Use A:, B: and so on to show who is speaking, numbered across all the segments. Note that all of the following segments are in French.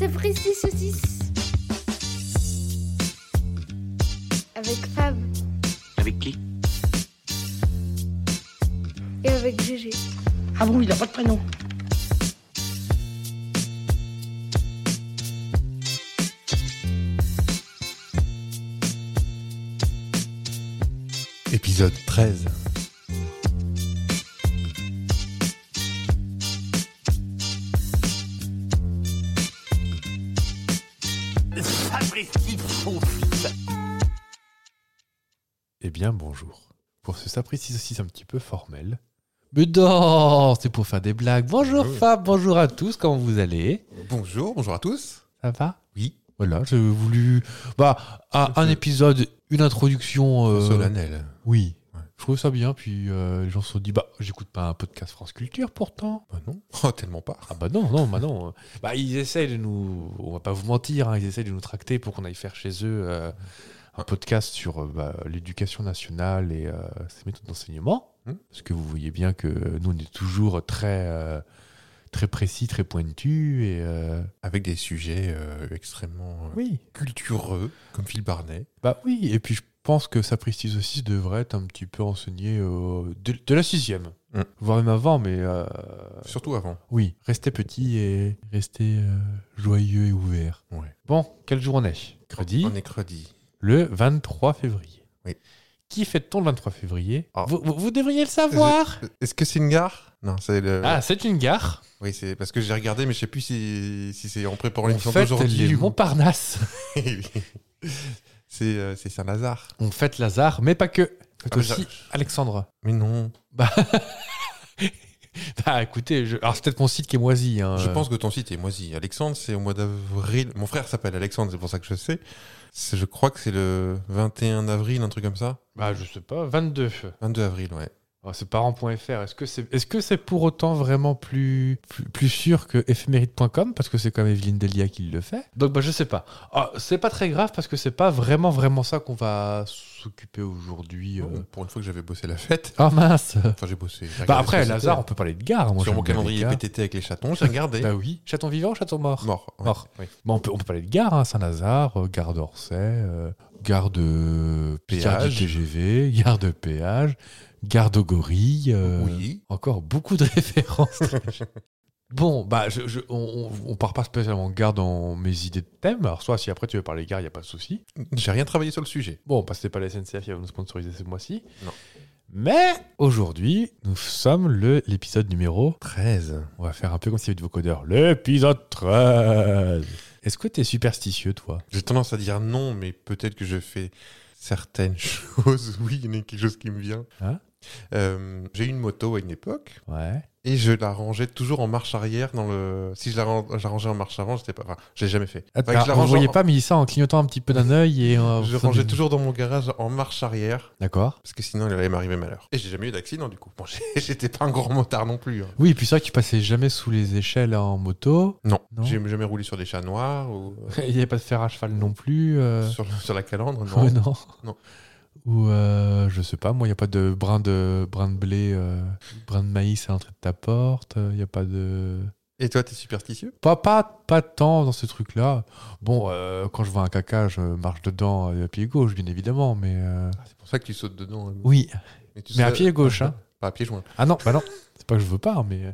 A: de Fristy Saucisse. Avec Fab
B: Avec qui
A: et avec Gégé.
C: Ah bon, il a pas de prénom.
D: Épisode 13. Eh bien, bonjour. Pour ce sapristi aussi un petit peu formel. Mais non, c'est pour faire des blagues. Bonjour
E: Ah oui.
D: Fab, bonjour à tous, comment vous allez
E: Bonjour, bonjour à tous.
D: Ça va
E: Oui.
D: Voilà, j'ai voulu. Bah, à un
E: C'est-
D: épisode, une introduction. euh,
E: Solennel.
D: Oui. Je trouve ça bien, puis euh, les gens se sont dit, bah, j'écoute pas un podcast France Culture pourtant.
E: Bah non, oh, tellement pas.
D: Ah bah non, non, bah non. Bah ils essayent de nous, on va pas vous mentir, hein, ils essayent de nous tracter pour qu'on aille faire chez eux euh, un podcast sur euh, bah, l'éducation nationale et euh, ses méthodes d'enseignement.
E: Hmm.
D: Parce que vous voyez bien que nous on est toujours très, euh, très précis, très pointu et euh,
E: Avec des sujets euh, extrêmement euh,
D: oui,
E: cultureux, comme Phil Barnet.
D: bah oui. Et puis je pense que Sapristi aussi devrait être un petit peu enseigné euh, de, de la sixième,
E: Hmm.
D: voire même avant, mais euh,
E: Surtout avant.
D: oui, restez petit et restez euh, joyeux et ouvert.
E: Ouais.
D: Bon, quelle journée Mercredi,
E: On est mercredi.
D: le 23 février.
E: Oui.
D: Qui fête-t-on le 23 février
E: Ah.
D: vous, vous- vous devriez le savoir
E: Est-ce que c'est une gare Non, c'est le.
D: Ah, c'est une gare.
E: Oui, c'est parce que j'ai regardé, mais je sais plus si, si c'est en préparant
D: On
E: l'émission
D: fête les
E: d'aujourd'hui. ou-
D: Montparnasse.
E: c'est euh, c'est Saint-Lazare.
D: On fête Lazare, mais pas que. Fête
E: Ah, mais
D: aussi Alexandre.
E: Mais non,
D: Ah, écoutez, je- alors c'est peut-être mon site qui est moisi. hein.
E: je pense que ton site est moisi. Alexandre, c'est au mois d'avril. Mon frère s'appelle Alexandre, c'est pour ça que je sais. C'est- Je crois que c'est le 21 avril, un truc comme ça.
D: Bah, je sais pas, 22.
E: 22 avril, ouais.
D: Alors, Oh, C'est parents.fr. Est-ce que c'est est -ce c'est pour autant vraiment plus, plus, plus sûr que éphéméride.com Parce que c'est comme Evelyne Delia qui le fait. Donc, bah, je sais pas. Ah, c'est pas très grave parce que c'est pas vraiment, vraiment ça qu'on va s'occuper aujourd'hui. euh.
E: Oh, Pour une fois que j'avais bossé la fête.
D: Ah mince
E: Enfin, j'ai bossé. j'ai
D: Bah
E: regardé
D: après,
E: oh, ce que
D: Lazare, on
E: c'était.
D: peut parler de gare. Moi,
E: sur
D: j'aime
E: mon
D: bien les
E: calendrier
D: gares.
E: PTT avec les chatons, j'ai regardé.
D: Bah oui. Chaton vivant, chaton mort.
E: Mort. ouais.
D: Mort.
E: Oui.
D: Bon, on, peut, on peut parler de gare, hein, Saint-Lazare, euh, gare d'Orsay, euh, gare de
E: Péage.
D: gare du TGV, gare de péage, gare de gorille. euh,
E: Oui.
D: Encore beaucoup de références. bon, bah, je- je- on, on- on part pas spécialement de gare dans mes idées de thème. Alors, soit si après tu veux parler de gare, il n'y a pas de souci.
E: J'ai rien travaillé sur le sujet.
D: Bon, parce que c'est pas la SNCF qui va nous sponsoriser ce mois-ci.
E: Non.
D: Mais aujourd'hui, nous sommes le l'épisode numéro
E: 13.
D: on va faire un peu comme s'il y avait du vocodeur. L'épisode 13 Est-ce que t'es superstitieux, toi
E: J'ai tendance à dire non, mais peut-être que je fais certaines choses. Oui, il y en a quelque chose qui me vient.
D: Hein
E: Euh, j'ai eu une moto à une époque
D: Ouais.
E: et je la rangeais toujours en marche arrière. Dans le... Si je la, ran- je la rangeais en marche avant, j'étais pas. Enfin, j'ai jamais fait.
D: Ah,
E: Enfin, que je la
D: vous
E: range
D: voyez
E: en-
D: pas, mais il sent en clignotant un petit peu d'un œil et... euh,
E: Je
D: vous sentez-
E: rangeais toujours dans mon garage en marche arrière
D: D'accord.
E: parce que sinon il allait m'arriver malheur. Et j'ai jamais eu d'accident du coup. Bon, j'ai- j'étais pas un grand motard non plus. hein.
D: Oui, et puis ça, tu passais jamais sous les échelles en moto.
E: Non,
D: Non.
E: j'ai jamais roulé sur des chats noirs ou
D: il n'y avait pas de fer à cheval non plus. euh,
E: sur, le- sur la calandre. Non.
D: ouais, non.
E: Non.
D: Ou, euh, je sais pas, moi, il n'y a pas de brin de, brin de blé, euh, brin de maïs à l'entrée de ta porte. euh, Il n'y a pas de...
E: Et toi, t'es superstitieux
D: Pas, pas, pas tant dans ce truc-là. Bon, euh, quand je vois un caca, je marche dedans euh, à pied gauche, bien évidemment, mais. euh,
E: C'est pour ça que tu sautes dedans. hein.
D: Oui,
E: Mais, tu
D: mais à
E: sautes-
D: pied gauche. Hein.
E: Pas à pied joint.
D: Ah non, bah non, c'est pas que je veux pas, mais. euh,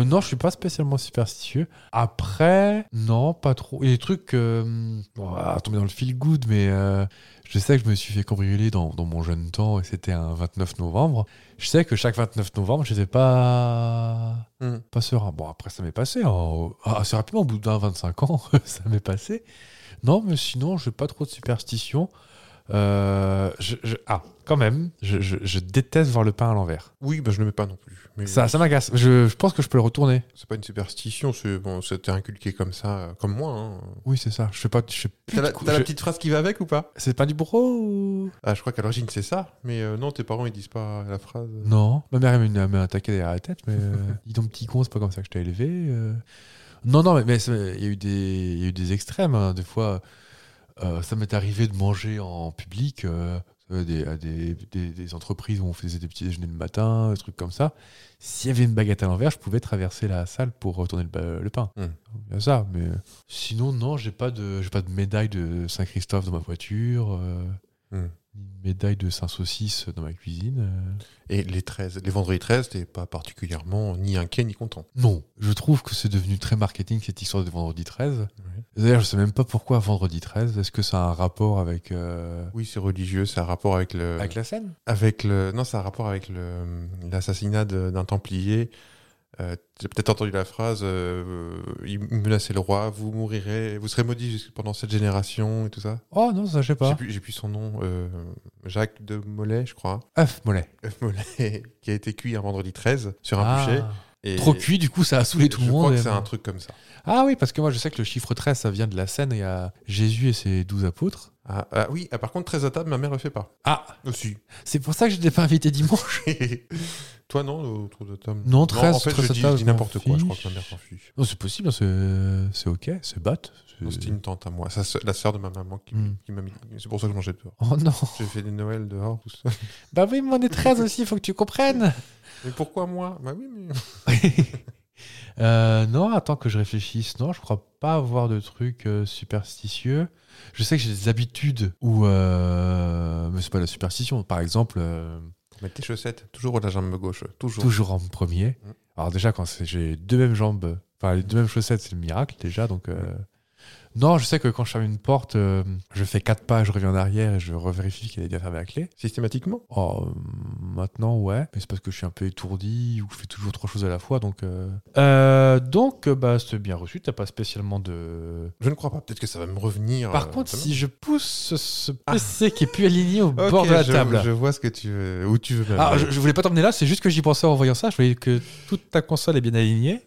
D: euh, non, je suis pas spécialement superstitieux. Après, non, pas trop. Il y a des trucs. euh, on va tomber dans le feel good, mais euh, je sais que je me suis fait cambrioler dans, dans mon jeune temps et c'était un 29 novembre. Je sais que chaque 29 novembre, j'étais pas.
E: Hmm.
D: pas serein. Bon, après, ça m'est passé en- ah, assez rapidement, au bout d'un 25 ans, ça m'est passé. Non, mais sinon, je n'ai pas trop de superstition. Euh, je- je- ah, quand même, je, je- je déteste voir le pain à l'envers.
E: Oui, bah, je le mets pas non plus. Mais
D: Ça, ça m'agace. Je, je pense que je peux le retourner.
E: C'est pas une superstition, c'est bon, c'était inculqué comme ça, euh, comme moi. hein.
D: Oui, c'est ça. Je sais pas. Je sais plus
E: T'as la,
D: du coup-
E: t'as la
D: je-
E: petite phrase qui va avec ou pas
D: C'est pas du bourreau ou...
E: Ah, je crois qu'à l'origine c'est ça, mais euh, non, tes parents ils disent pas la phrase.
D: Non. Ma mère elle m'a- elle m'a attaqué derrière la tête, mais euh, dis donc petit con, c'est pas comme ça que je t'ai élevé. euh. Non, non, mais mais c'est- il y, a eu des- il y a eu des extrêmes. hein. Des fois, euh, ça m'est arrivé de manger en public. euh, euh, des, à des, des- des entreprises où on faisait des petits déjeuners le matin, des trucs comme ça. S'il y avait une baguette à l'envers, je pouvais traverser la salle pour retourner le, ba- le pain.
E: Hmm.
D: Il y a ça, mais euh, sinon, non, j'ai pas de, j'ai pas de médaille de Saint-Christophe dans ma voiture, euh,
E: Hmm.
D: ni de médaille de Saint-Saucisse dans ma cuisine. euh.
E: Et les 13, les vendredis 13, t'es pas particulièrement ni inquiet ni content.
D: Non, je trouve que c'est devenu très marketing cette histoire de vendredi 13. D'ailleurs, je sais même pas pourquoi vendredi 13. Est-ce que ça a un rapport avec. euh,
E: Oui, c'est religieux, ça a rapport avec le.
D: Avec la scène
E: avec le non ça a un rapport avec le l'assassinat de- d'un templier euh, tu as peut-être entendu la phrase euh, il menaçait le roi vous mourirez vous serez maudit jusque- pendant cette génération et tout ça
D: Oh non, ça, je sais
E: j'ai
D: pas.
E: plus j'ai plus son nom euh, Jacques de Molay je crois
D: Œuf, mollet.
E: Euh, Mollet qui a été cuit un vendredi 13 sur un
D: Ah.
E: bûcher et
D: Trop cuit, du coup, ça a saoulé tout
E: je
D: le monde.
E: crois que
D: et-
E: c'est un truc comme ça
D: Ah oui, parce que moi, je sais que le chiffre 13, ça vient de la scène et à Jésus et ses douze apôtres.
E: ah, ah oui ah, par contre 13 à table ma mère le fait pas
D: Ah,
E: aussi
D: c'est pour ça que je n'étais pas invité dimanche.
E: toi non autour de Tom
D: Non, 13,
E: en fait
D: 13
E: je
D: à
E: dis,
D: table,
E: je dis
D: je m'en
E: n'importe quoi je crois
D: fiche.
E: que ma mère s'en fiche
D: Non, c'est possible, hein, c'est c'est ok, c'est batte. c'est-
E: Non, C'était une tante à moi, sa sœur- la sœur de ma maman qui,
D: euh, Hmm.
E: qui m'a mis. C'est pour ça que je mangeais dehors.
D: Oh non.
E: J'ai fait des Noëls dehors, tout ça.
D: Bah oui, mais on est 13 aussi, il faut que tu comprennes.
E: Mais pourquoi moi Bah oui, mais.
D: Euh, non, attends que je réfléchisse. Non, je crois pas avoir de trucs euh, superstitieux. Je sais que j'ai des habitudes où. euh, mais c'est pas la superstition. Par exemple, euh,
E: Mets tes chaussettes, toujours de la jambe gauche, euh, toujours.
D: toujours en premier.
E: Mm.
D: Alors, déjà, quand c'est- j'ai deux mêmes jambes, enfin, les deux mêmes chaussettes, c'est le miracle déjà. Donc. euh, Non, je sais que quand je ferme une porte, euh, je fais quatre pas, je reviens en arrière et je revérifie qu'elle est bien fermée à clé.
E: Systématiquement
D: Oh, euh, maintenant, ouais. Mais c'est parce que je suis un peu étourdi ou que je fais toujours trois choses à la fois. Donc, euh... Euh, donc euh, bah, c'est bien reçu. T'as pas spécialement de.
E: Je ne crois pas. Peut-être que ça va me revenir.
D: Par
E: euh,
D: contre,
E: demain.
D: si je pousse ce, ce PC qui est plus aligné au
E: Ok,
D: bord de la
E: je,
D: table.
E: Je vois ce que tu veux. Où tu veux même.
D: Ah, je, je voulais pas t'emmener là, c'est juste que j'y pensais en voyant ça. Je voyais que toute ta console est bien alignée.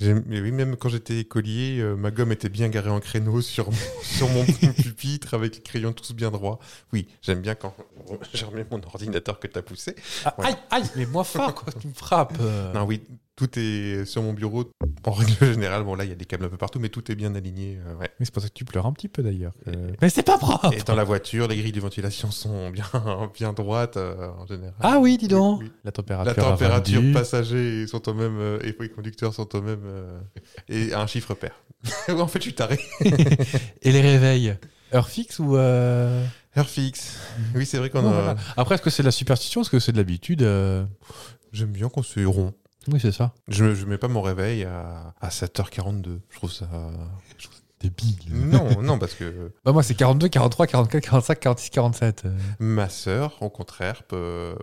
E: J'ai- mais oui, même quand j'étais écolier, euh, ma gomme était bien garée en créneau sur mon, sur mon pupitre avec les crayons tous bien droits. Oui, j'aime bien quand je remets mon ordinateur que tu as poussé.
D: Ah,
E: Ouais.
D: Aïe, aïe, mais moins fort, quoi. Tu me frappes. euh.
E: Non, oui, tout est sur mon bureau. En règle générale, bon, là, il y a des câbles un peu partout, mais tout est bien aligné. euh, ouais.
D: Mais c'est pour ça que tu pleures un petit peu d'ailleurs. que-
E: Et-
D: Mais c'est pas propre
E: Et dans la voiture, les grilles de ventilation sont bien, bien droites, euh, en général.
D: Ah oui, dis donc. Ah,
E: Oui, oui.
D: La température.
E: La
D: a
E: température,
D: rendu.
E: passagers sont au même, euh, et les conducteurs sont au même, euh, et un chiffre pair. en fait, je suis taré.
D: Et les réveils Heure fixe ou. euh,
E: Heure fixe. Oui, c'est vrai qu'on
D: Non,
E: a.
D: voilà. Après, est-ce que c'est de la superstition Est-ce que c'est de l'habitude euh,
E: J'aime bien qu'on se rond.
D: Oui, c'est ça.
E: Je, je mets pas mon réveil à, à 7h42. Je trouve ça. euh,
D: Débile.
E: non, non, parce que
D: Bah, moi, c'est 42, 43, 44, 45, 46, 47. euh.
E: ma sœur, au contraire, peut- euh,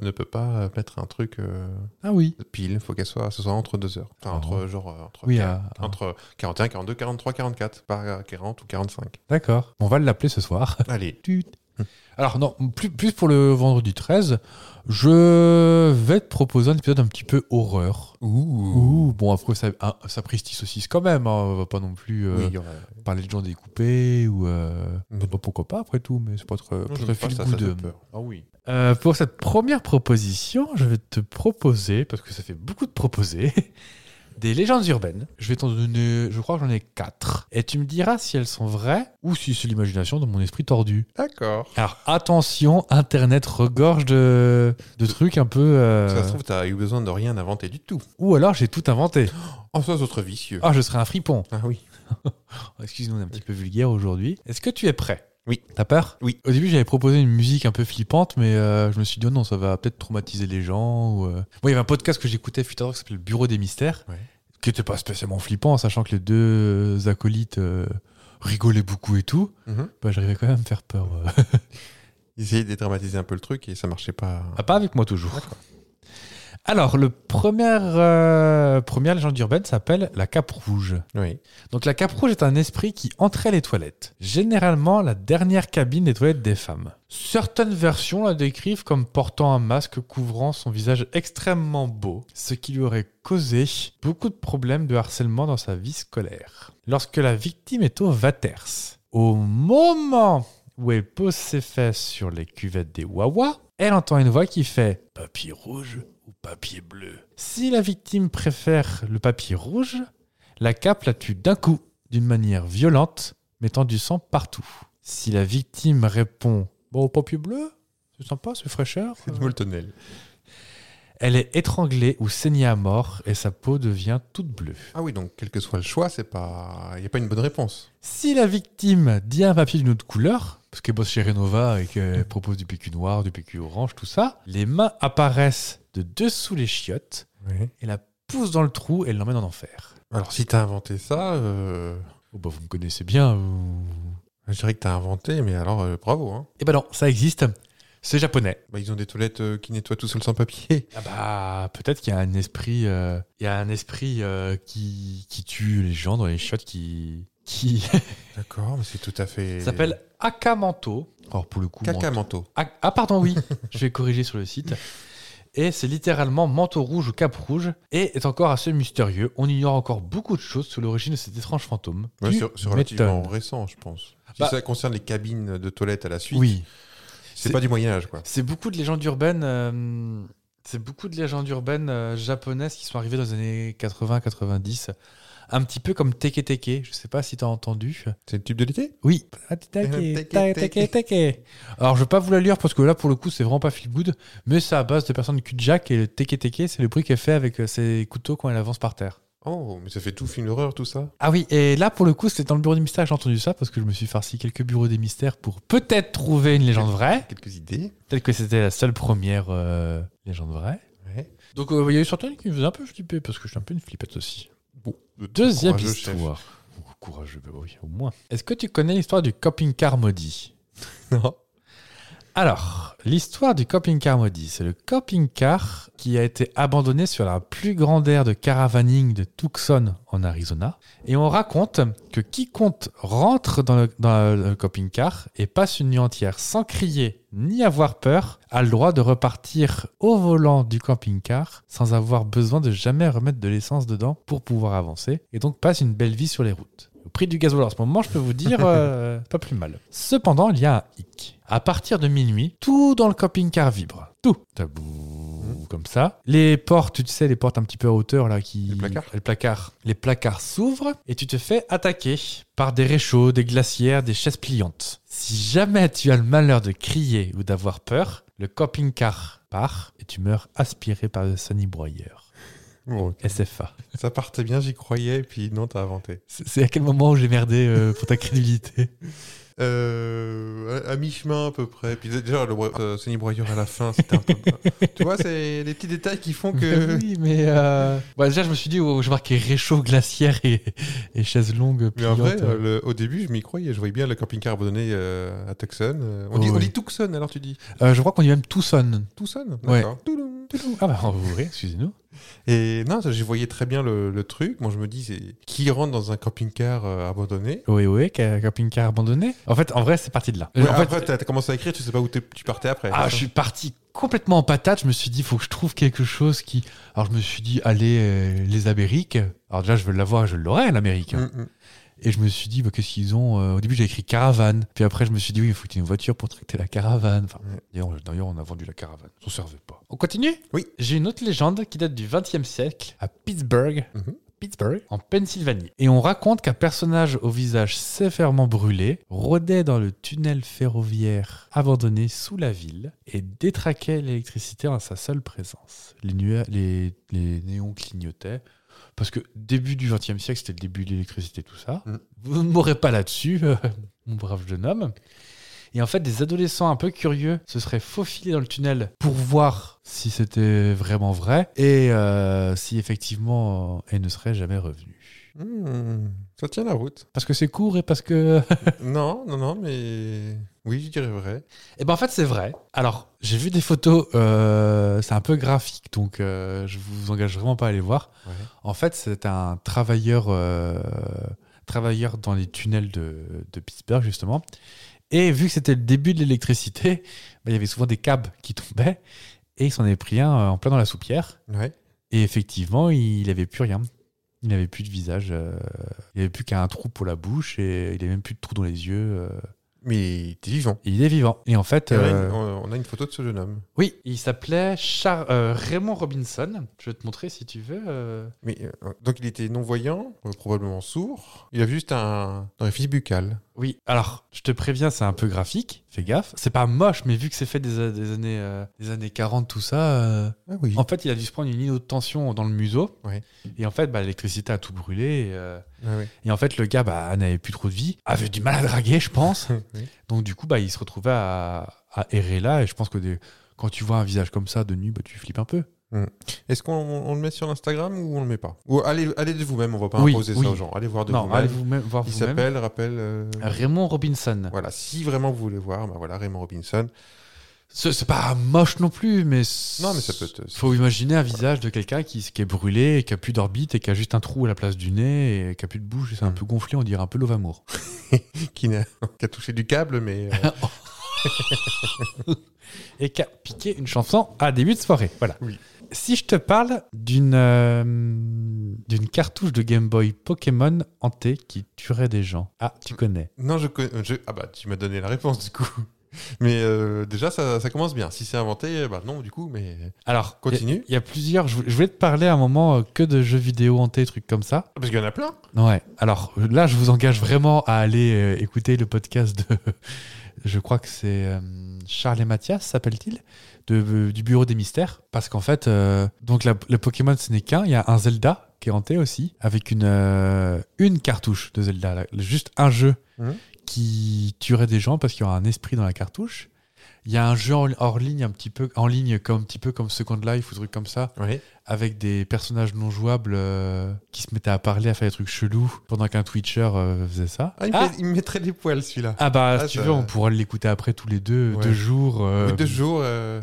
E: ne peut pas mettre un truc. euh,
D: Ah oui.
E: pile, faut qu'elle soit, ce soit entre deux heures. Enfin,
D: Ah
E: entre
D: ouais.
E: genre euh, entre,
D: Oui, ah,
E: quar-
D: à- à-
E: entre 41, 42, 43, 44, pas 40 ou 45.
D: D'accord. On va l'appeler ce soir.
E: Allez,
D: Tut. Alors, non, plus, plus pour le vendredi 13, je vais te proposer un épisode un petit peu horreur. Ouh, bon, après, ça, un- ça pristille saucisse quand même. hein. On va pas non plus euh,
E: oui, il y aura-
D: parler de gens découpés ou. euh,
E: Mais-
D: bah, pourquoi pas, après tout, mais c'est pas très, pas
E: j'aime
D: très
E: pas
D: feel
E: ça, ça
D: good.
E: fait peur. Ah oui.
D: Euh, pour cette première proposition, je vais te proposer, parce que ça fait beaucoup de proposer, des légendes urbaines. Je vais t'en donner, je crois que j'en ai quatre. Et tu me diras si elles sont vraies ou si c'est l'imagination de mon esprit tordu.
E: D'accord.
D: Alors attention, Internet regorge de, de trucs un peu... euh,
E: Ça se trouve, t'as eu besoin de rien inventer du tout.
D: ou alors j'ai tout inventé.
E: En ça, c'est autre vicieux.
D: Ah, je serais un fripon.
E: Ah oui.
D: Excuse-nous, on est un petit peu vulgaire aujourd'hui. Est-ce que tu es prêt
E: Oui.
D: T'as peur
E: Oui.
D: Au début, j'avais proposé une musique un peu flippante, mais euh, je me suis dit, oh non, ça va peut-être traumatiser les gens. ou, euh. Moi, il y avait un podcast que j'écoutais futur qui s'appelait Le Bureau des Mystères,
E: Ouais.
D: qui était pas spécialement flippant, sachant que les deux acolytes euh, rigolaient beaucoup et tout.
E: Mhm.
D: Bah, j'arrivais quand même à me faire peur. euh.
E: Essayer de dédramatiser un peu le truc et ça marchait pas.
D: Ah, pas avec moi toujours. Alors, le premier, euh, première légende urbaine s'appelle la Cape Rouge.
E: Oui.
D: Donc la cape rouge est un esprit qui entrait les toilettes, généralement la dernière cabine des toilettes des femmes. Certaines versions la décrivent comme portant un masque couvrant son visage extrêmement beau, ce qui lui aurait causé beaucoup de problèmes de harcèlement dans sa vie scolaire. Lorsque la victime est au Vaters, au moment où elle pose ses fesses sur les cuvettes des Wawa, elle entend une voix qui fait papier rouge ou papier bleu. Si la victime préfère le papier rouge, la cape la tue d'un coup, d'une manière violente, mettant du sang partout. Si la victime répond Bon, papier bleu C'est sympa, c'est fraîcheur.
E: C'est du moltonnel.
D: Elle est étranglée ou saignée à mort et sa peau devient toute bleue.
E: Ah oui, donc quel que soit le choix, c'est pas, il n'y a pas une bonne réponse.
D: Si la victime dit un papier d'une autre couleur, parce qu'elle bosse chez Renova et qu'elle propose du PQ noir, du PQ orange, tout ça, les mains apparaissent de dessous les chiottes et la pousse dans le trou et l'emmène en enfer.
E: Alors si t'as inventé ça, euh,
D: Oh bah vous me connaissez bien. vous.
E: je dirais que t'as inventé, mais alors euh, bravo. Hein.
D: Eh ben non, ça existe. C'est japonais.
E: Bah, ils ont des toilettes euh, qui nettoient tout seul sans papier.
D: Ah bah peut-être qu'il y a un esprit, euh, il y a un esprit euh, qui, qui tue les gens dans les chiottes qui qui
E: D'accord, mais c'est tout à fait.
D: Ça s'appelle Akamanto. Alors pour le coup, manteau-
E: Cacamanto.
D: Ah, ah, pardon, oui, je vais corriger sur le site. Et c'est littéralement manteau rouge ou cape rouge, et est encore assez mystérieux. On ignore encore beaucoup de choses sur l'origine de cet étrange fantôme.
E: Ouais,
D: Tu
E: c'est c'est relativement
D: m'étonnes.
E: récent, je pense. Si
D: Bah-
E: ça concerne les cabines de toilettes à la suite,
D: Oui,
E: c'est
D: C'est-
E: pas du Moyen Âge, quoi.
D: c'est beaucoup de légendes urbaines. euh, c'est beaucoup de légendes urbaines euh, japonaises qui sont arrivées dans les années 80-90. Un petit peu comme Teke Teke, je sais pas si t'as entendu.
E: C'est le tube de l'été
D: Oui.
E: Teke, teke.
D: Alors, je vais pas vous la lire parce que là, pour le coup, c'est vraiment pas feel good, mais c'est à base de personnes cul-de-jack et le teke-teke, c'est le bruit qu'elle fait avec euh, ses couteaux quand elle avance par terre.
E: Oh, mais ça fait tout film d'horreur, tout ça.
D: Ah oui, et là, pour le coup, c'était dans le bureau des mystères, j'ai entendu ça parce que je me suis farci quelques bureaux des mystères pour peut-être trouver une légende vraie.
E: Quelques idées.
D: Peut-être que c'était la seule première euh, légende vraie.
E: Ouais.
D: Donc, euh, il y a eu certaines qui me faisaient un peu flipper parce que je suis un peu une flippette aussi. Deuxième
E: Euh, Courageux, chef.
D: histoire. Oh, Courageux, bah oui, au moins. Est-ce que tu connais l'histoire du camping-car maudit
E: Non.
D: Alors, l'histoire du camping-car maudit, c'est le camping-car qui a été abandonné sur la plus grande aire de caravaning de Tucson en Arizona. Et on raconte que quiconque rentre dans le, dans le camping-car et passe une nuit entière sans crier ni avoir peur a le droit de repartir au volant du camping-car sans avoir besoin de jamais remettre de l'essence dedans pour pouvoir avancer et donc passe une belle vie sur les routes. Au prix du gasoil en ce moment, je peux vous dire, euh, pas plus mal. Cependant, il y a un hic. À partir de minuit, tout dans le camping-car vibre. Tout. Tabou, comme ça. Les portes, tu sais, les portes un petit peu à hauteur là qui.
E: Les placards
D: Les placards. Les placards s'ouvrent et tu te fais attaquer par des réchauds, des glacières, des chaises pliantes. Si jamais tu as le malheur de crier ou d'avoir peur, le camping-car part et tu meurs aspiré par le sanibroyeur.
E: Bon,
D: SFA.
E: ça partait bien, j'y croyais, puis non, t'as inventé.
D: C'est c'est à quel moment où j'ai merdé euh, pour ta crédulité
E: Euh, à à mi-chemin à peu près. Puis déjà, le bro- euh, Sonny Broyeur à la fin, c'était un peu. tu vois, c'est les petits détails qui font que.
D: Ben Oui, mais. euh, bah, déjà, je me suis dit, oh, je marquais réchaud, glaciaire et, et chaise longue.
E: Mais en vrai,
D: pliante.
E: euh, le- au début, je m'y croyais. Je voyais bien le camping-car abandonné euh, à Tucson. Euh, On,
D: Oh,
E: dit, on
D: oui.
E: dit Tucson, alors tu dis
D: Euh, je crois qu'on dit même Tucson.
E: Tucson
D: Ouais.
E: D'accord. Touloum.
D: Ah bah, on va ouvrir, excusez-nous.
E: Et non, ça, j'y voyais très bien le, le truc. Moi, je me dis, c'est qui rentre dans un camping-car euh, abandonné
D: Oui, oui, ca- camping-car abandonné. En fait, en vrai, c'est parti de là.
E: Ouais,
D: Euh, en fait,
E: Après, t'as t'as commencé à écrire, tu sais pas où t'es- tu partais après.
D: ah, je suis parti complètement en patate. Je me suis dit, faut que je trouve quelque chose qui. Alors, je me suis dit, allez, euh, les Amériques. Alors, déjà, je veux l'avoir, je l'aurai, l'Amérique.
E: Mm, mm.
D: Et je me suis dit, bah, qu'est-ce qu'ils ont euh, Au début, j'ai écrit caravane. Puis après, je me suis dit, oui, il faut que tu aies une voiture pour tracter la caravane. Enfin,
E: Ouais.
D: d'ailleurs, D'ailleurs, on a vendu la caravane. On ne servait pas. On continue
E: Oui.
D: J'ai une autre légende qui date du XXe siècle à Pittsburgh.
E: Mhm.
D: Pittsburgh, en Pennsylvanie. Et on raconte qu'un personnage au visage sévèrement brûlé rôdait dans le tunnel ferroviaire abandonné sous la ville et détraquait l'électricité en sa seule présence. Les, nua- les, les néons clignotaient. Parce que début du XXe siècle, c'était le début de l'électricité, tout ça.
E: Mm.
D: Vous ne mourrez pas là-dessus, euh, mon brave jeune homme. Et en fait, des adolescents un peu curieux se seraient faufilés dans le tunnel pour voir si c'était vraiment vrai et euh, si effectivement euh, elle ne serait jamais revenue.
E: Mm. Ça tient la route.
D: Parce que c'est court et parce que.
E: non, non, non, mais. Oui, je dirais vrai.
D: Eh ben en fait, c'est vrai. Alors, j'ai vu des photos, euh, c'est un peu graphique, donc euh, je vous engage vraiment pas à les voir.
E: Ouais.
D: En fait, c'est un travailleur, euh, travailleur dans les tunnels de, de Pittsburgh, justement. Et vu que c'était le début de l'électricité, bah, il y avait souvent des câbles qui tombaient. Et il s'en est pris un euh, en plein dans la soupière.
E: Ouais.
D: Et effectivement, il n'avait plus rien. Il n'avait plus de visage. euh, il n'avait plus qu'un trou pour la bouche. Et il n'avait même plus de trou dans les yeux. euh,
E: Mais t'es vivant.
D: et il est vivant. Et en fait.
E: Et on, a
D: euh,
E: une, on- on a une photo de ce jeune homme.
D: oui, il s'appelait Char- euh, Raymond Robinson. Je vais te montrer si tu veux. euh.
E: Mais, euh, donc il était non-voyant, euh, probablement sourd. Il a juste un, un réflexe buccal.
D: Oui, alors je te préviens, c'est un peu graphique, fais gaffe. C'est pas moche, mais vu que c'est fait des, des années, euh, des années 40, tout ça, euh,
E: Ah oui.
D: en fait, il a dû se prendre une inautention dans le museau.
E: Ouais.
D: Et en fait, bah, l'électricité a tout brûlé. Et, euh,
E: Ah oui.
D: et en fait, le gars bah, n'avait plus trop de vie, avait du mal à draguer, je pense.
E: Oui.
D: Donc du coup, bah, il se retrouvait à, à errer là. Et je pense que des- quand tu vois un visage comme ça de nu, bah, tu flippes un peu.
E: Est-ce qu'on on le met sur Instagram ou on le met pas Ou allez, allez de vous-même, on va pas
D: Oui,
E: imposer
D: oui.
E: ça aux gens. Allez voir de
D: non, allez
E: vous-même.
D: vous même, voir
E: Il
D: vous-même.
E: s'appelle, rappelle. euh,
D: Raymond Robinson.
E: Voilà, si vraiment vous voulez voir, bah voilà, Raymond Robinson.
D: Ce- C'est pas moche non plus, mais. c-
E: Non, mais ça peut te-
D: Faut imaginer un visage de quelqu'un qui, qui est brûlé, qui a plus d'orbite et qui a juste un trou à la place du nez et qui a plus de bouche et c'est un
E: Mm.
D: peu gonflé, on dirait un peu l'amour.
E: Qui, n'a- qui a touché du câble, mais. euh,
D: Et qui a piqué une chanson à début de soirée. Voilà.
E: Oui.
D: Si je te parle d'une euh, d'une cartouche de Game Boy Pokémon hantée qui tuerait des gens. Ah, tu connais.
E: non, je, connais- je- Ah bah, tu m'as donné la réponse du coup. Mais euh, déjà, ça, ça commence bien. Si c'est inventé, bah non, du coup, mais.
D: Alors, il y a-
E: Continue.
D: il y, a plusieurs. Je vou- je voulais te parler à un moment euh, que de jeux vidéo hantés, trucs comme ça.
E: Parce qu'il y en a plein.
D: Ouais, alors là, je vous engage vraiment à aller euh, écouter le podcast de. Je crois que c'est euh, Charles et Mathias, s'appelle-t-il, de- euh, du Bureau des Mystères. Parce qu'en fait, euh, donc la- le Pokémon, ce n'est qu'un. Il y a un Zelda qui est hanté aussi, avec une, euh, une cartouche de Zelda, là, juste un jeu
E: Mhm.
D: qui tuerait des gens parce qu'il y aura un esprit dans la cartouche. Il y a un jeu en, hors ligne, un petit peu, en ligne, comme, un petit peu comme Second Life ou truc comme ça,
E: Oui.
D: avec des personnages non jouables euh, qui se mettaient à parler, à faire des trucs chelous pendant qu'un Twitcher euh, faisait ça.
E: Ah, il, me fait- il me mettrait des poils celui-là.
D: Ah bah,
E: Ah,
D: si tu
E: ça-
D: veux, on pourra l'écouter après tous les deux,
E: Ouais.
D: deux jours.
E: Au
D: euh,
E: bout de deux jours. euh,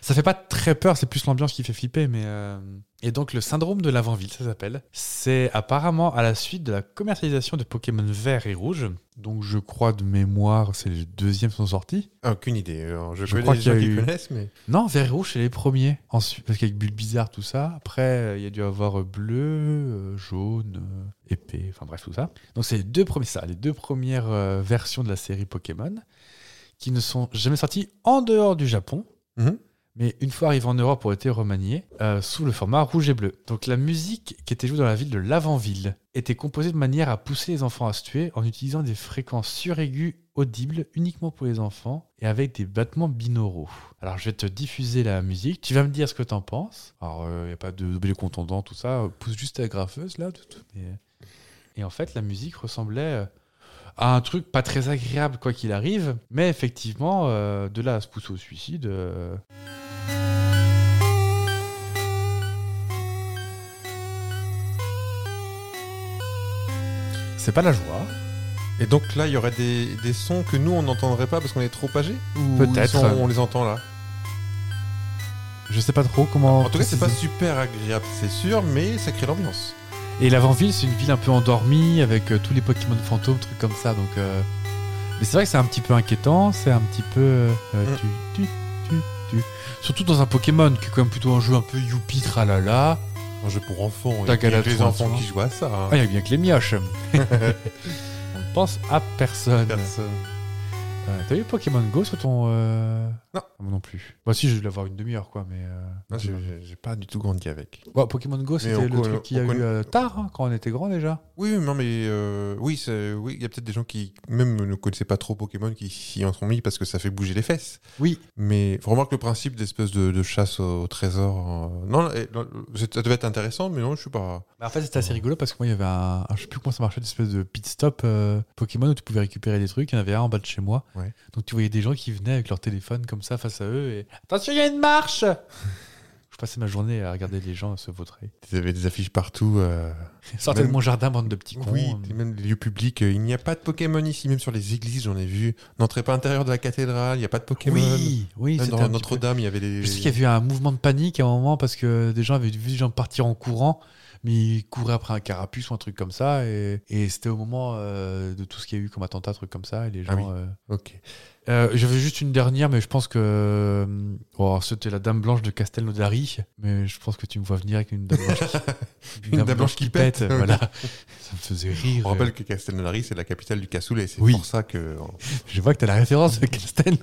D: Ça fait pas très peur, c'est plus l'ambiance qui fait flipper, mais... euh, Et donc le syndrome de l'avant-ville, ça s'appelle. C'est apparemment à la suite de la commercialisation de Pokémon vert et rouge. Donc je crois de mémoire, c'est les deuxièmes qui sont sortis.
E: ah, aucune idée. Alors, je,
D: Je
E: connais
D: crois
E: des
D: qu'il y
E: gens
D: a
E: qui
D: eu-
E: connaissent, mais.
D: Non, vert et rouge, c'est les premiers. Ensuite, parce qu'avec Bulbizarre, tout ça. Après, euh, il y a dû avoir euh, bleu, euh, jaune, euh, épais, enfin bref, tout ça. Donc, c'est les deux premiers, ça, les deux premières euh, versions de la série Pokémon qui ne sont jamais sorties en dehors du Japon.
E: Mhm.
D: Mais une fois arrivées en Europe, ont été remaniées euh, sous le format rouge et bleu. Donc la musique qui était jouée dans la ville de l'avant-ville était composée de manière à pousser les enfants à se tuer en utilisant des fréquences suraiguës audibles uniquement pour les enfants et avec des battements binauraux. Alors je vais te diffuser la musique, tu vas me dire ce que t'en penses. Alors il n'y a pas de- d'objet contondant, tout ça, euh, pousse juste ta graffeuse là. tout- tout. Et, et en fait la musique ressemblait... euh, à un truc pas très agréable quoi qu'il arrive, mais effectivement, euh, de là à se pousser au suicide, euh, C'est pas la joie.
E: Et donc là, il y aurait des, des sons que nous, on n'entendrait pas parce qu'on est trop âgés Ou
D: Peut-être.
E: ils sont- On les entend là.
D: Je sais pas trop comment.
E: En tout cas, c'est pas
D: préciser.
E: super agréable, c'est sûr, mais ça crée l'ambiance.
D: Et l'avant-ville, c'est une ville un peu endormie avec euh, tous les Pokémon fantômes, trucs comme ça. Donc, euh, mais c'est vrai que c'est un petit peu inquiétant. C'est un petit peu euh,
E: Mm.
D: tu, tu, tu, tu. surtout dans un Pokémon qui est quand même plutôt un jeu un peu youpi tralala.
E: Un jeu pour enfants.
D: T'as
E: Il y a
D: Galatron,
E: les enfants
D: tu
E: qui jouent à ça. hein.
D: Ah, il y a bien que les mioches. On ne pense à personne.
E: Personne.
D: Euh, T'as eu Pokémon Go sur ton euh,
E: Non.
D: moi non plus. Bah si, j'ai dû l'avoir une demi-heure quoi, mais. euh,
E: Ah, j'ai- J'ai j'ai pas du tout grandi avec.
D: Ouais, Pokémon Go,
E: on
D: c'était le
E: co-
D: truc qu'il y
E: on
D: a eu
E: connaît-
D: euh, tard, hein, quand on était grand déjà.
E: Oui, oui, non, mais euh, oui, c'est- oui, il y a peut-être des gens qui même ne connaissaient pas trop Pokémon qui s'y en sont mis parce que ça fait bouger les fesses.
D: Oui.
E: Mais faut remarquer le principe d'espèce de, de chasse au, au trésor. euh, non, et- non, c'est- ça devait être intéressant, mais non, je suis pas.
D: Bah, en fait, c'était assez rigolo parce que moi, il y avait un, un- Je sais plus comment ça marchait, une espèce de pit stop euh, Pokémon où tu pouvais récupérer des trucs. Il y en avait un en bas de chez moi.
E: Ouais.
D: Donc tu voyais des gens qui venaient avec leur téléphone comme ça face à eux et. Attention, il y a une marche Je passais ma journée à regarder les gens se vautrer.
E: Il y avait des affiches partout. euh,
D: Sortez
E: Même-
D: de mon jardin, bande de petits cons.
E: oui, et même les lieux publics. euh, il n'y a pas de Pokémon ici, même sur les églises, j'en ai vu. N'entrez pas à l'intérieur de la cathédrale, il n'y a pas de Pokémon.
D: oui, oui,
E: Même
D: c'était
E: dans
D: un petit peu-
E: Notre-Dame, il y avait les.
D: Je sais qu'il y a eu un mouvement de panique à un moment parce que des gens avaient vu des gens partir en courant, mais ils couraient après un carapuce ou un truc comme ça. Et, et c'était au moment euh, de tout ce qu'il y a eu comme attentat, truc comme ça. Et les gens.
E: Ah oui.
D: euh,
E: Ok.
D: euh, J'avais juste une dernière, mais je pense que. euh, oh, c'était la Dame Blanche de Castelnaudary. Mais je pense que tu me vois venir avec une Dame Blanche qui,
E: Une Dame Blanche qui pète.
D: voilà. Ça me faisait rire.
E: On rappelle que Castelnaudary, c'est la capitale du cassoulet. C'est
D: Oui.
E: pour ça que euh,
D: Je vois que t'as la référence de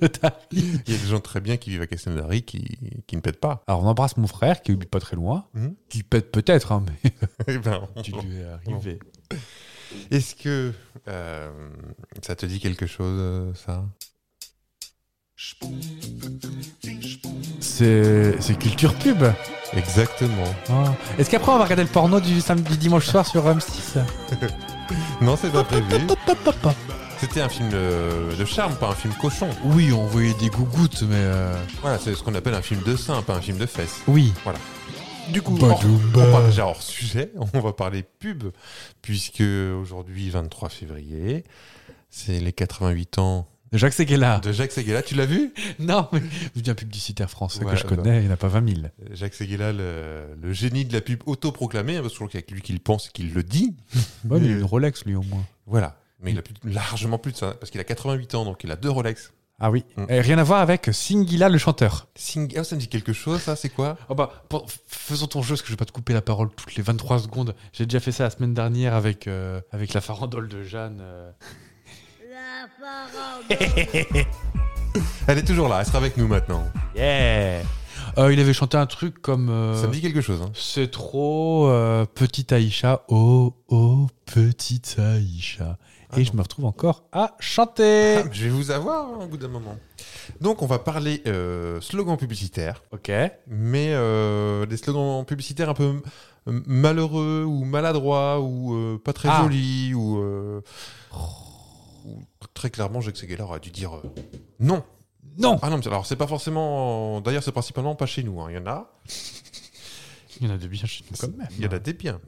D: Castelnaudary.
E: il y a des gens très bien qui vivent à Castelnaudary qui, qui ne pètent pas.
D: Alors on embrasse mon frère qui est pas très loin,
E: Mhm.
D: qui pète peut-être, hein, mais
E: Eh ben, on-
D: tu lui es arrivé.
E: Est-ce que euh, ça te dit quelque chose, euh, ça
D: C'est c'est culture pub.
E: Exactement.
D: Ah. Est-ce qu'après on va regarder le porno du samedi du dimanche soir sur M6
E: Non, c'est pas prévu.
D: Pop, pop, pop, pop.
E: C'était un film euh, de, de charme, pas un film cochon.
D: Oui, on voyait des gougouttes, mais euh,
E: Voilà, c'est ce qu'on appelle un film de sein, pas un film de fesses.
D: oui.
E: Du coup,
D: Bah,
E: hors-
D: du
E: on
D: bah.
E: parle déjà hors sujet, on va parler pub, puisque aujourd'hui, 23 février, c'est les 88 ans
D: Jacques Seguela.
E: de Jacques Seguela. Tu l'as vu
D: Non, mais je dis un publicitaire français
E: Ouais,
D: que je
E: bah.
D: connais, il n'y en a pas 20 000.
E: Jacques Seguela, le, le génie de la pub autoproclamé, hein, parce que je crois qu'il y a que lui qui le pense et qui le dit.
D: Bon, il a une Rolex, lui, au moins.
E: Voilà. Mais il a plus- largement plus de ça, hein, parce qu'il a 88 ans, donc il a deux Rolex.
D: Ah oui.
E: Mm.
D: Et rien à voir avec Singila, le chanteur.
E: Sing- ah, ça me dit quelque chose, ça, c'est quoi
D: Oh bah, pour- f- faisons ton jeu, parce que je vais pas te couper la parole toutes les 23 secondes. J'ai déjà fait ça la semaine dernière avec, euh, avec la farandole de Jeanne. euh.
E: Elle est toujours là, elle sera avec nous maintenant.
D: Yeah Euh, Il avait chanté un truc comme... euh,
E: Ça me dit quelque chose. Hein.
D: C'est trop euh, petite Aïcha. Oh, oh, petite Aïcha.
E: Ah
D: Et
E: non.
D: je me retrouve encore à chanter.
E: Ah, je vais vous avoir hein, au bout d'un moment. Donc, on va parler euh, slogan publicitaire.
D: ok.
E: mais euh, des slogans publicitaires un peu m- m- malheureux ou maladroits ou euh, pas très
D: Ah.
E: jolis ou, euh, ou très clairement Jacques Seguela aurait dû dire euh, non.
D: Non
E: Ah non, mais alors c'est pas forcément. D'ailleurs, c'est principalement pas chez nous. hein. Il y en a.
D: Il y en a de bien chez nous quand même.
E: Il y en a des biens.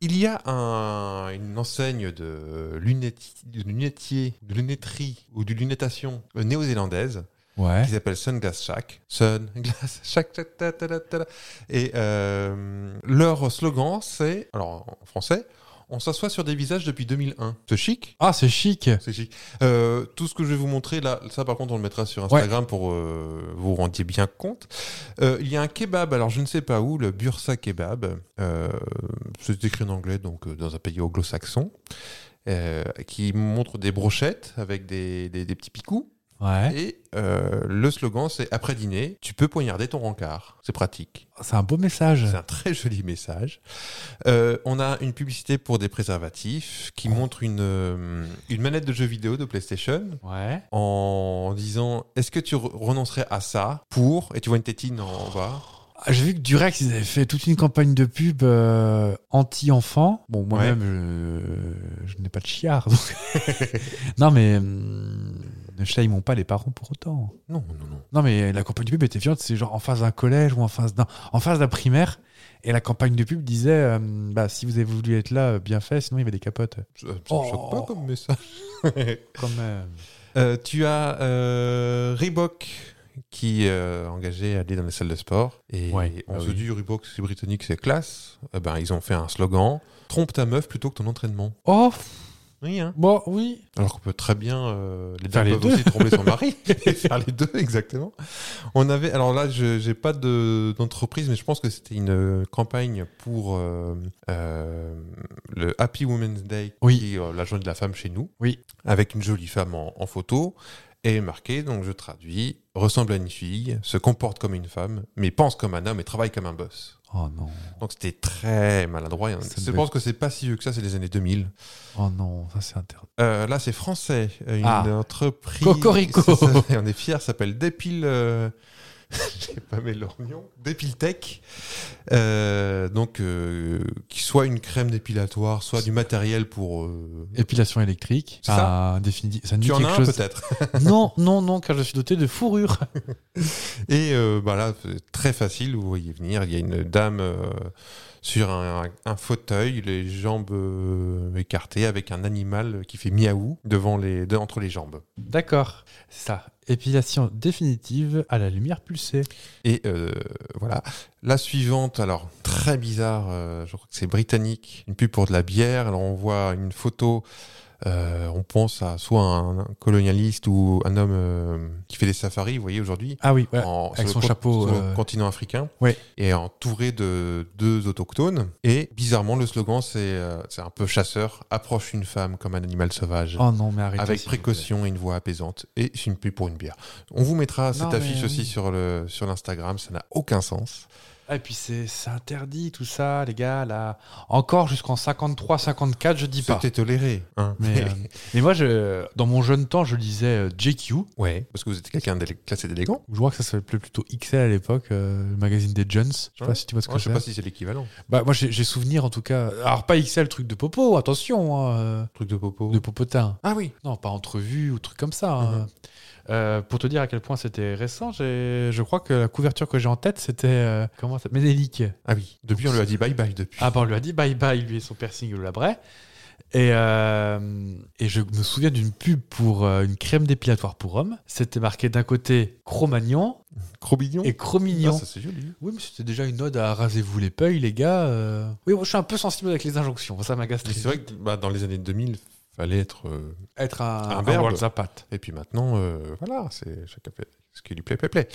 E: Il y a un- une enseigne de, lunetti- de lunetier, de lunetterie ou de lunettation euh, néo-zélandaise
D: Ouais.
E: qui s'appelle Sunglass Shack. Sunglass Shack. ta- ta- ta- ta- ta- ta. Et euh, leur slogan, c'est, alors en français, on s'assoit sur des visages depuis 2001. C'est chic.
D: Ah, c'est chic.
E: C'est chic. Euh, tout ce que je vais vous montrer là, ça par contre, on le mettra sur Instagram pour euh, vous rendiez bien compte. Euh, il y a un kebab, alors je ne sais pas où, le Bursa Kebab. Euh, c'est écrit en anglais, donc euh, dans un pays anglo-saxon, euh, qui montre des brochettes avec des- des- des petits picoux.
D: Ouais.
E: Et euh, le slogan, c'est après dîner, tu peux poignarder ton rencard. C'est pratique.
D: C'est un beau message.
E: C'est un très joli message. Euh, on a une publicité pour des préservatifs qui
D: Ah.
E: montre une, euh, une manette de jeu vidéo de PlayStation
D: Ouais.
E: en disant Est-ce que tu re- renoncerais à ça pour. Et tu vois une tétine en bas.
D: Ah, J'ai vu que Durex, ils avaient fait toute une campagne de pub euh, anti-enfant. Bon, moi-même, je, je n'ai pas de chiard. donc. non, mais hum, ne chahimons pas les parents pour autant.
E: Non, non, non.
D: Non, mais la campagne de pub était violente. C'est genre en face d'un collège ou en face d'un, en face d'un primaire. Et la campagne de pub disait, euh, bah, si vous avez voulu être là, euh, bien fait, sinon il y avait des capotes.
E: Ça, ça me
D: Oh.
E: choque pas comme message.
D: Comme, euh,
E: Euh, tu as euh, Reebok qui euh, engagé à aller dans les salles de sport. Et
D: Ouais,
E: on
D: ah
E: se
D: oui.
E: dit, Reebok, c'est britannique, c'est classe. Eh ben, ils ont fait un slogan trompe ta meuf plutôt que ton entraînement.
D: Oh,
E: Oui, hein.
D: bon, oui.
E: Alors qu'on peut très bien. euh, les
D: Faire
E: dames
D: les
E: peuvent
D: deux.
E: aussi tromper son mari et faire les deux, exactement. On avait. Alors là, je j'ai pas de- d'entreprise, mais je pense que c'était une euh, campagne pour euh, euh, le Happy Women's Day,
D: Oui.
E: qui est, euh, la journée de la femme chez nous.
D: Oui.
E: Avec une jolie femme en, en photo. Et marqué, donc je traduis, ressemble à une fille, se comporte comme une femme, mais pense comme un homme et travaille comme un boss.
D: Oh non,
E: Donc c'était très maladroit.
D: Ça
E: Je
D: devait-
E: pense que c'est pas si vieux que ça, c'est les années 2000.
D: oh non, ça c'est interdit.
E: Euh, là, c'est français. Euh, Une
D: Ah.
E: entreprise.
D: Cocorico.
E: Ça, ça, on est fiers, ça s'appelle Dépile. Euh... J'ai pas mes lorgnons. Dépile Tech. Euh, donc, euh, qui soit une crème dépilatoire, soit du matériel pour. euh,
D: Épilation électrique.
E: C'est ça
D: Ah, définitive- Ça me dit
E: Tu en
D: quelque
E: as un
D: chose.
E: peut-être.
D: non, non, non, car je suis doté de fourrure.
E: Et euh, bah là, c'est très facile, vous voyez venir. Il y a une dame euh, sur un, un fauteuil, les jambes euh, écartées, avec un animal qui fait miaou devant les, de- entre les jambes.
D: D'accord, c'est ça. Épilation définitive à la lumière pulsée.
E: Et euh, voilà. La suivante, alors très bizarre, euh, je crois que c'est britannique, une pub pour de la bière. Alors on voit une photo, euh, on pense à soit un, un colonialiste ou un homme euh, qui fait des safaris, vous voyez aujourd'hui.
D: Ah oui, voilà.
E: en-
D: avec
E: sur
D: son
E: le con-
D: chapeau,
E: sur le
D: euh,
E: continent africain
D: ouais.
E: et entouré de deux autochtones et bizarrement le slogan c'est euh, c'est un peu chasseur approche une femme comme un animal sauvage
D: Oh non, mais arrêtez.
E: avec
D: s'il vous plaît.
E: précaution et une voix apaisante. Et c'est une pub pour une bière. On vous mettra cette
D: Non, mais,
E: affiche
D: euh,
E: aussi
D: oui.
E: sur le sur l'Instagram. Ça n'a aucun sens.
D: Ah, Et puis c'est c'est interdit tout ça, les gars. Là, encore jusqu'en 53, 54, je dis pas.
E: C'était toléré. Hein.
D: Mais, euh, mais moi, je, dans mon jeune temps, je lisais euh, JQ.
E: ouais, parce que vous étiez quelqu'un d'élé- classé d'élégant.
D: Je vois que ça s'appelait plutôt XL à l'époque, euh, le magazine des Jones. Je sais
E: Ouais.
D: pas si tu vois ce que
E: Ouais, je sais
D: c'est.
E: pas si c'est l'équivalent.
D: Bah, moi, j'ai j'ai souvenir en tout cas. Alors, pas XL, truc de popo, attention, hein, euh,
E: Truc de popo.
D: de popotin.
E: Ah oui.
D: Non, pas entrevue ou truc comme ça. hein.
E: Mhm.
D: Euh, pour te dire à quel point c'était récent, j'ai- je crois que la couverture que j'ai en tête, c'était. euh, comment ça Ménélique.
E: Ah oui. Depuis, on lui a dit bye bye depuis.
D: Ah bah on lui a dit bye bye, lui et son piercing le labret. Et, euh, et je me souviens d'une pub pour euh, une crème dépilatoire pour hommes. C'était marqué d'un côté Cro-Magnon
E: Crobignon.
D: et Cro-Mignon.
E: Ah, ça c'est joli.
D: oui, mais c'était déjà une ode à rasez-vous les peuils, les gars. euh. Oui, moi, je suis un peu sensible avec les injonctions. Ça m'agace.
E: Mais
D: très
E: c'est vrai
D: vite.
E: que bah, dans les années 2000, fallait être. euh,
D: être un,
E: un
D: un,
E: verbe.
D: world zapat.
E: Et puis maintenant, euh, voilà, c'est chacun fait ce qui lui plaît, plaît, plaît.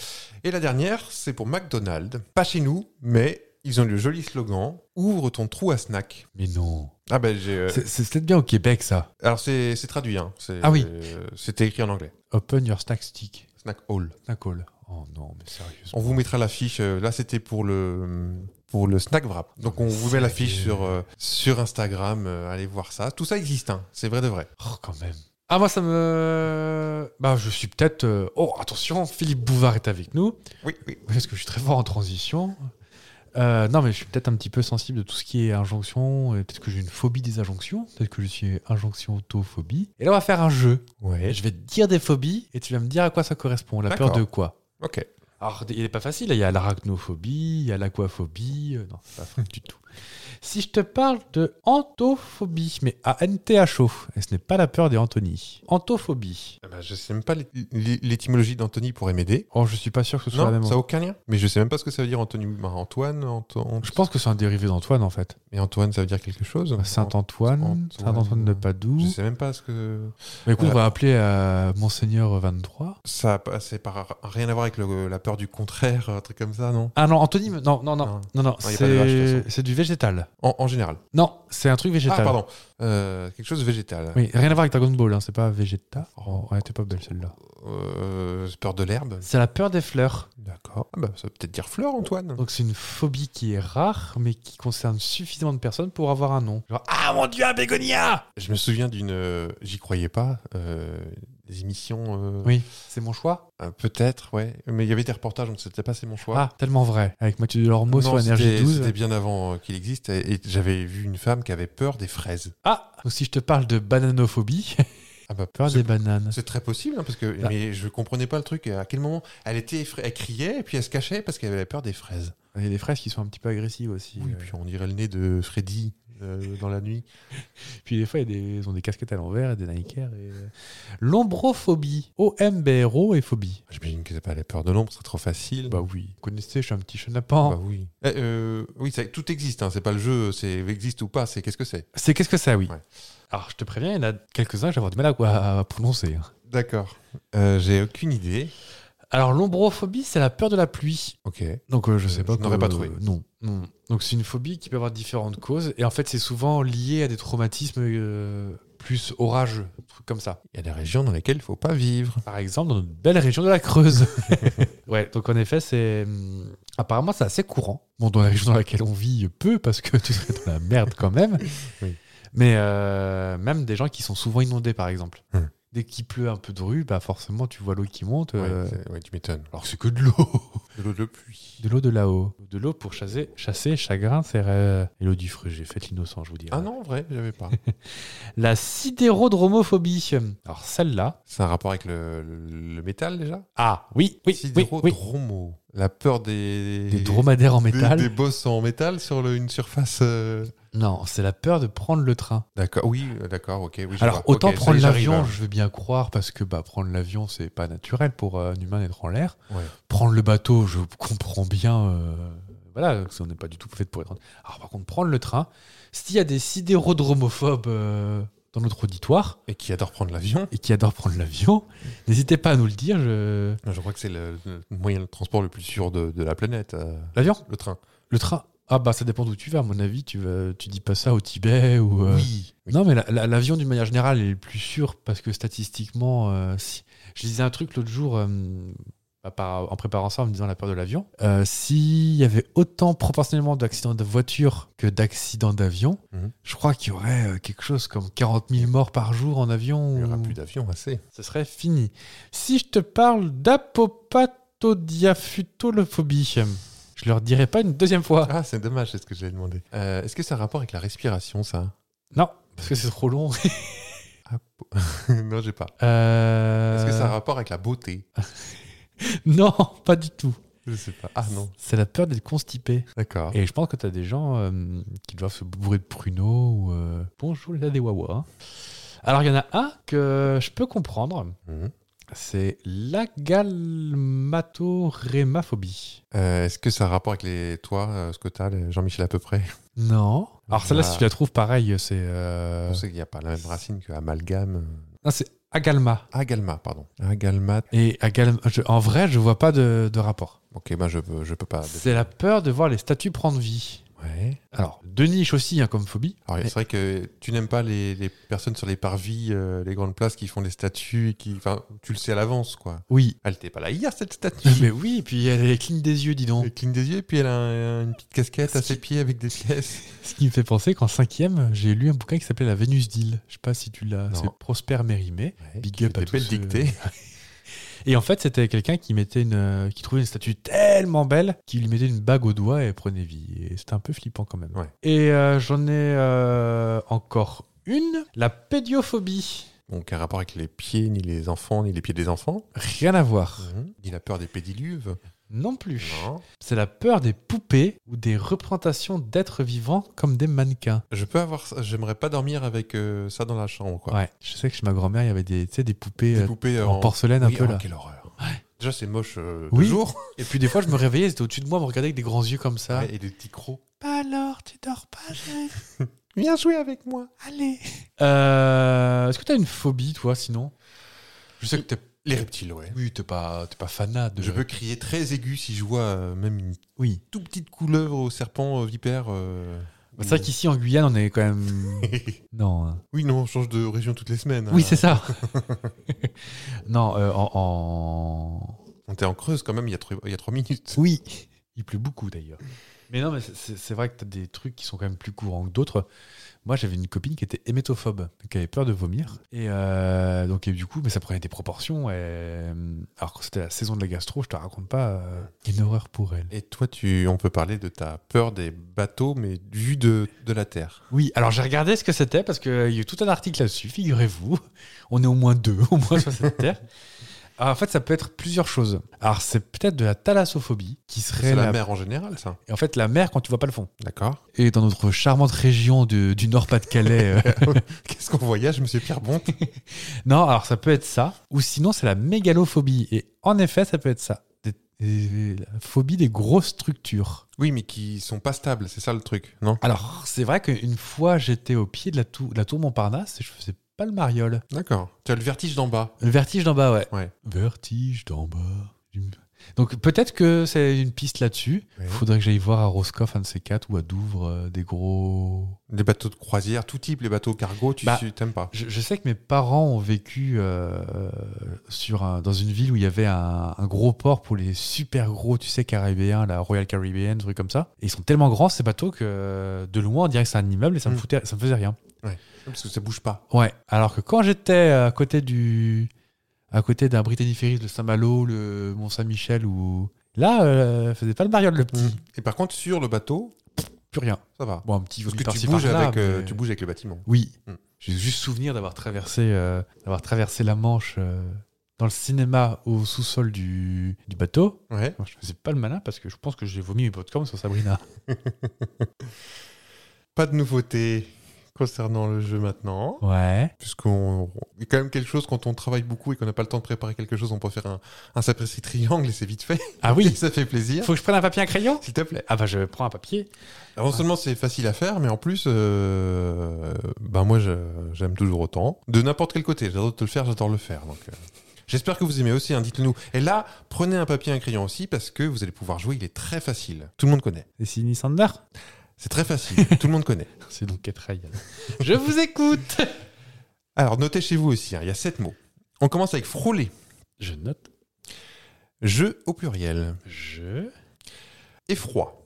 E: Et la dernière, c'est pour McDonald's. Pas chez nous, mais ils ont le joli slogan Ouvre ton trou à snack.
D: Mais non.
E: Ah ben j'ai. euh,
D: C'est c'est peut-être bien au Québec, ça.
E: alors c'est c'est traduit, hein. c'est-
D: Ah oui.
E: euh, C'était écrit en anglais.
D: Open your snack stick.
E: Snack Hall.
D: Snack hall. Oh non, mais sérieusement.
E: On vous mettra l'affiche. euh, Là, c'était pour le pour le snack wrap. Donc on vous met l'affiche sur euh, sur Instagram. euh, allez voir ça. Tout ça existe, hein. C'est vrai de vrai.
D: Oh, quand même. Ah, moi, ça me. Bah, je suis peut-être. euh, Oh, attention, Philippe Bouvard est avec nous.
E: Oui, oui.
D: Parce que je suis très fort en transition. Euh, non, mais je suis peut-être un petit peu sensible de tout ce qui est injonction. et Peut-être que j'ai une phobie des injonctions. Peut-être que je suis injonction autophobie. Et là, on va faire un jeu.
E: Ouais.
D: Je vais te dire des phobies et tu vas me dire à quoi ça correspond. La peur
E: D'accord.
D: de quoi
E: Ok. Eh
D: alors, il n'est pas facile. Il y a l'arachnophobie, il y a l'aquaphobie. euh, non, c'est pas vrai du tout. Si je te parle de antophobie, mais à NTHO, et ce n'est pas la peur des Anthony. Antophobie.
E: Eh ben, je sais même pas l'é- l'é- l'étymologie d'Anthony pourrait m'aider.
D: Oh, je suis pas sûr que ce soit la
E: Non,
D: même.
E: ça n'a aucun lien. Mais je sais même pas ce que ça veut dire Anthony. Bah, Antoine, Anto- Ant-
D: Je pense que c'est un dérivé d'Antoine, en fait.
E: Mais Antoine, ça veut dire quelque chose
D: Bah, Saint-Antoine,
E: Antoine.
D: Saint-Antoine de Padoue.
E: Je sais même pas ce que.
D: Mais écoute,
E: Voilà.
D: on va appeler à Monseigneur 23.
E: Ça a pas- c'est par rien à voir avec le- la peur du contraire, un truc comme ça, non
D: Ah non, Anthony, non, non, non,
E: Non.
D: non, non,
E: y a pas de vache, de toute
D: c'est c'est du végétal.
E: en, en général.
D: Non, c'est un truc végétal.
E: Ah, pardon. Euh, quelque chose de végétal.
D: Oui, rien à voir avec Dragon Ball, hein, c'est pas végétal. Oh, elle était pas belle celle-là.
E: Euh, peur de l'herbe.
D: C'est la peur des fleurs.
E: D'accord. Ah, bah, ça veut peut-être dire fleur, Antoine.
D: Donc c'est une phobie qui est rare, mais qui concerne suffisamment de personnes pour avoir un nom. Genre, ah mon dieu, un bégonia
E: Je me souviens d'une. euh, J'y croyais pas. euh, des émissions. euh,
D: Oui, c'est mon choix.
E: euh, Peut-être, ouais. Mais il y avait des reportages, donc c'était pas c'est mon choix.
D: Ah, tellement vrai. Avec Mathieu Delormeau sur
E: Non,
D: Énergie
E: c'était
D: 12.
E: c'était bien avant euh, qu'il existe et, et j'avais vu une femme qui avait peur des fraises.
D: Ah Donc si je te parle de bananophobie,
E: Ah bah
D: peur
E: c'est,
D: des bananes.
E: c'est très possible hein, parce que
D: Ah.
E: mais je comprenais pas le truc. À quel moment elle était effra- elle criait et puis elle se cachait parce qu'elle avait peur des fraises.
D: Il y a des fraises qui sont un petit peu agressives aussi.
E: Oui,
D: euh.
E: puis on dirait le nez de Freddy euh, dans la nuit.
D: Puis des fois, il y a des- ils ont des casquettes à l'envers et des Nikers. Et... euh, L'ombrophobie. O-M-B-R-O et phobie.
E: J'imagine que c'est pas la peur de l'ombre, c'est trop facile.
D: Bah oui. Vous connaissez, je suis un petit chenapan.
E: Bah oui. Eh, euh, oui, ça- tout existe. Hein, c'est pas le jeu, c'est existe ou pas. C'est qu'est-ce que c'est.
D: C'est qu'est-ce que ça, oui.
E: Ouais.
D: Alors, je te préviens, il y en a quelques-uns que j'ai avoir du mal à, à- à prononcer. hein.
E: D'accord. Euh, j'ai aucune idée.
D: Alors, l'ombrophobie, c'est la peur de la pluie.
E: Ok.
D: Donc euh, je sais
E: Euh,
D: pas.
E: je n'aurais
D: que-
E: pas trouvé.
D: Non. non. Donc c'est une phobie qui peut avoir différentes causes et en fait c'est souvent lié à des traumatismes euh, plus orageux, trucs comme ça.
E: Il y a des régions dans lesquelles il faut pas vivre.
D: Par exemple dans notre belle région de la Creuse. ouais. Donc en effet c'est hum, apparemment c'est assez courant. Bon dans la région dans laquelle on vit peu parce que tu serais dans la merde quand même.
E: Oui.
D: Mais euh, même des gens qui sont souvent inondés par exemple.
E: Hmm.
D: Dès qu'il pleut un peu de rue, bah forcément tu vois l'eau qui monte. euh,
E: Ouais, c'est- ouais, tu m'étonnes.
D: alors que c'est que de l'eau.
E: De l'eau de pluie.
D: De l'eau de là-haut. De l'eau pour chasser, chasser chagrin, c'est euh, et l'eau du fruger. Faites l'innocent, je vous dirai.
E: Ah non, en vrai, j'avais pas.
D: La sidérodromophobie. Alors celle-là.
E: C'est un rapport avec le, le- le métal déjà
D: Ah oui, oui, oui, oui.
E: Sidérodromo. La peur des.
D: Des dromadaires en
E: des-
D: métal.
E: Des, bosses en métal sur le- une surface. euh,
D: Non, c'est la peur de prendre le train.
E: D'accord, oui, euh, d'accord, ok. oui, je
D: Alors
E: vois.
D: autant
E: Ok, ça y
D: prendre
E: est, j'arrive,
D: l'avion,
E: hein.
D: je veux bien croire, parce que bah, prendre l'avion, c'est pas naturel pour euh, un humain d'être en l'air.
E: Ouais.
D: Prendre le bateau, je comprends bien. euh, voilà, on n'est pas du tout fait pour être. en- Alors par contre, prendre le train, s'il y a des sidérodromophobes euh, dans notre auditoire,
E: Et qui adore prendre l'avion
D: et qui adore prendre l'avion, n'hésitez pas à nous le dire. je-
E: Je crois que c'est le, le moyen de transport le plus sûr de, de la planète, euh,
D: L'avion
E: le train.
D: Le train Ah bah ça dépend d'où tu vas, à mon avis, tu, vas, tu dis pas ça au Tibet ou... euh,
E: Oui.
D: Non mais la- la- l'avion d'une manière générale est le plus sûr parce que statistiquement, euh, si... je lisais un truc l'autre jour euh, bah, par- en préparant ça, en me disant la peur de l'avion, euh, s'il y avait autant proportionnellement d'accidents de voiture que d'accidents d'avion,
E: Mhm.
D: je crois qu'il y aurait euh, quelque chose comme 40 000 morts par jour en avion.
E: Il n'y aura
D: ou-
E: plus d'avion assez.
D: ce serait fini. Si je te parle d'apopatodiaphytolophobie, je leur dirai pas une deuxième fois.
E: Ah, c'est dommage, c'est ce que j'avais demandé. Euh, Est-ce que ça a un rapport avec la respiration, ça
D: Non, parce que c'est trop long.
E: Non, j'ai pas.
D: Euh,
E: Est-ce que ça a un rapport avec la beauté
D: Non, pas du tout.
E: Je sais pas. Ah non,
D: C'est la peur d'être constipé.
E: d'accord.
D: Et je pense que tu as des gens euh, qui doivent se bourrer de pruneaux ou. euh, Bonjour, là des wawa. Alors, il y en a un que je peux comprendre.
E: Mhm.
D: C'est l'agalmatorémaphobie.
E: Euh, Est-ce que ça a un rapport avec les toi, euh, Scotta, les Jean-Michel à peu près
D: Non. Alors, celle-là,
E: Ah.
D: si tu la trouves, pareil, c'est. euh,
E: On sait qu'il n'y a pas la même racine que amalgame.
D: Non, c'est agalma.
E: Agalma, pardon. Agalma.
D: Et agalma, je- en vrai, je vois pas de, de rapport.
E: Ok, ben je peux, je peux pas.
D: C'est la peur de voir les statues prendre vie.
E: Ouais.
D: Alors, de niche aussi, hein, comme phobie.
E: Alors, c'est vrai que tu n'aimes pas les, les personnes sur les parvis, euh, les grandes places qui font les statues, et qui, enfin, tu le sais à l'avance, quoi.
D: Oui.
E: Elle t'es pas là hier cette statue.
D: Mais oui, et puis elle, elle cligne des yeux, dis donc.
E: Elle cligne des yeux et puis elle a un- une petite casquette à
D: Ce
E: ses
D: qui-
E: pieds avec des pièces.
D: Ce qui me fait penser qu'en cinquième, j'ai lu un bouquin qui s'appelait La Vénus d'île. Je sais pas si tu l'as.
E: Non.
D: C'est Prosper Mérimée. Big
E: Qui
D: up
E: fait
D: à
E: des
D: tous
E: belles
D: ceux-
E: dictées.
D: Et en fait, c'était quelqu'un qui mettait une, euh, qui trouvait une statue tellement belle qu'il lui mettait une bague au doigt et elle prenait vie. Et c'était un peu flippant quand même.
E: Ouais.
D: Et euh, j'en ai euh, encore une, la pédiophobie.
E: Donc, un rapport avec les pieds, ni les enfants, ni les pieds des enfants.
D: Rien à voir.
E: Ni la peur des pédiluves.
D: Non plus. C'est la peur des poupées ou des représentations d'êtres vivants comme des mannequins.
E: Je peux avoir ça. J'aimerais pas dormir avec euh, ça dans la chambre, quoi.
D: Ouais. Bah, Je sais que chez ma grand-mère, il y avait des, tu sais, des poupées
E: Des
D: euh,
E: poupées euh,
D: en
E: en-
D: porcelaine un
E: Oui,
D: peu
E: oh,
D: là.
E: Quelle horreur. Déjà, c'est moche euh,
D: Oui.
E: toujours.
D: Et puis des fois, je me réveillais, c'était au-dessus de moi, me regardait avec des grands yeux comme ça.
E: Et des petits crocs.
D: Pas alors, tu dors pas,
E: Viens jouer avec moi.
D: Allez. Euh, Est-ce que t'as une phobie, toi, sinon Je sais que t'es.
E: Les reptiles, ouais.
D: Oui, t'es pas, t'es pas fanat de.
E: Je peux crier très aigu si je vois euh, même une
D: Oui.
E: toute petite couleuvre au serpent euh, vipère. euh,
D: Bah, C'est vrai
E: ou-
D: qu'ici, en Guyane, on est quand même. non. hein.
E: oui, non, on change de région toutes les semaines. hein.
D: Oui, c'est ça. non, euh, en- en...
E: On était en creuse quand même il y a trois, il y a trois minutes.
D: Oui. Il pleut beaucoup d'ailleurs. Mais non, mais c'est- c'est c'est vrai que t'as des trucs qui sont quand même plus courants que d'autres. Moi, j'avais une copine qui était hémétophobe, qui avait peur de vomir. Et euh, donc, et du coup, mais ça prenait des proportions. et, euh, alors que c'était la saison de la gastro, je te raconte pas, euh, une horreur pour elle.
E: Et toi, tu, on peut parler de ta peur des bateaux, mais vue de, de la Terre.
D: Oui, alors j'ai regardé ce que c'était parce qu'il y a eu tout un article là-dessus, figurez-vous. On est au moins deux, au moins sur cette terre. Alors, en fait, ça peut être plusieurs choses. Alors, c'est peut-être de la thalassophobie qui serait
E: C'est la,
D: la-
E: mer en général, ça.
D: Et en fait, la mer quand tu vois pas le fond.
E: D'accord.
D: Et dans notre charmante région de- du Nord-Pas-de-Calais. euh,
E: Qu'est-ce qu'on voyage, monsieur Pierre Bonte
D: non, alors ça peut être ça. Ou sinon, c'est la mégalophobie. Et en effet, ça peut être ça. Des- des- la phobie des grosses structures.
E: Oui, mais qui sont pas stables, c'est ça le truc, non
D: Alors, c'est vrai qu'une fois, j'étais au pied de la, tou- de la tour Montparnasse et je faisais pas le mariole.
E: D'accord. Tu as le vertige d'en bas.
D: Le vertige d'en bas, ouais.
E: Ouais.
D: Vertige d'en bas. Donc peut-être que c'est une piste là-dessus.
E: Ouais.
D: Faudrait que j'aille voir à Roscoff, un de ces quatre, ou à Douvres, euh, des gros...
E: Les bateaux de croisière, tout type, les bateaux cargo, tu
D: Bah,
E: tu- t'aimes pas.
D: Je, je sais que mes parents ont vécu euh, euh, sur un- dans une ville où il y avait un, un gros port pour les super gros, tu sais, caribéens, la Royal Caribbean, truc comme ça. Et ils sont tellement grands ces bateaux que euh, de loin on dirait que c'est un immeuble et ça me
E: Mm.
D: foutait, ça me faisait rien.
E: Parce que ça bouge pas.
D: Ouais. Alors que quand j'étais à côté du, à côté d'un Brittany Ferries, le Saint-Malo, le Mont Saint-Michel ou là, euh, faisait pas le mariole le petit,
E: Et par contre, sur le bateau,
D: plus rien.
E: ça va.
D: Bon, un petit
E: Parce
D: vomi
E: que
D: par-ci
E: tu bouges,
D: par-là,
E: avec, euh,
D: mais-
E: tu bouges avec le bâtiment.
D: Oui.
E: Mm.
D: J'ai juste souvenir d'avoir traversé, euh, d'avoir traversé la Manche euh, dans le cinéma au sous-sol du, du bateau.
E: Ouais.
D: Moi, je faisais pas le malin parce que je pense que j'ai vomi mes popcorn sur Sabrina.
E: Pas de nouveauté concernant le jeu maintenant.
D: Ouais.
E: Puisqu'on. Il y a quand même quelque chose, quand on travaille beaucoup et qu'on n'a pas le temps de préparer quelque chose, on peut faire un, un sapristi triangle et c'est vite fait.
D: Ah
E: Et
D: oui.
E: ça fait plaisir.
D: Faut que je prenne un papier, un crayon.
E: S'il te plaît.
D: Ah bah je prends un papier.
E: Alors, non seulement c'est facile à faire, mais en plus, euh, ben moi je- j'aime toujours autant. De n'importe quel côté, j'adore te le faire, j'adore le faire. Donc, euh, j'espère que vous aimez aussi, hein, dites-le nous. Et là, prenez un papier et un crayon aussi, parce que vous allez pouvoir jouer, il est très facile. Tout le monde connaît.
D: C'est Sidney Sander.
E: C'est très facile, tout le monde connaît.
D: C'est donc Ketrail. je vous écoute.
E: Alors notez chez vous aussi, hein, il y a sept mots. On commence avec frôler.
D: Je note.
E: Jeu au pluriel.
D: Je
E: Effroi.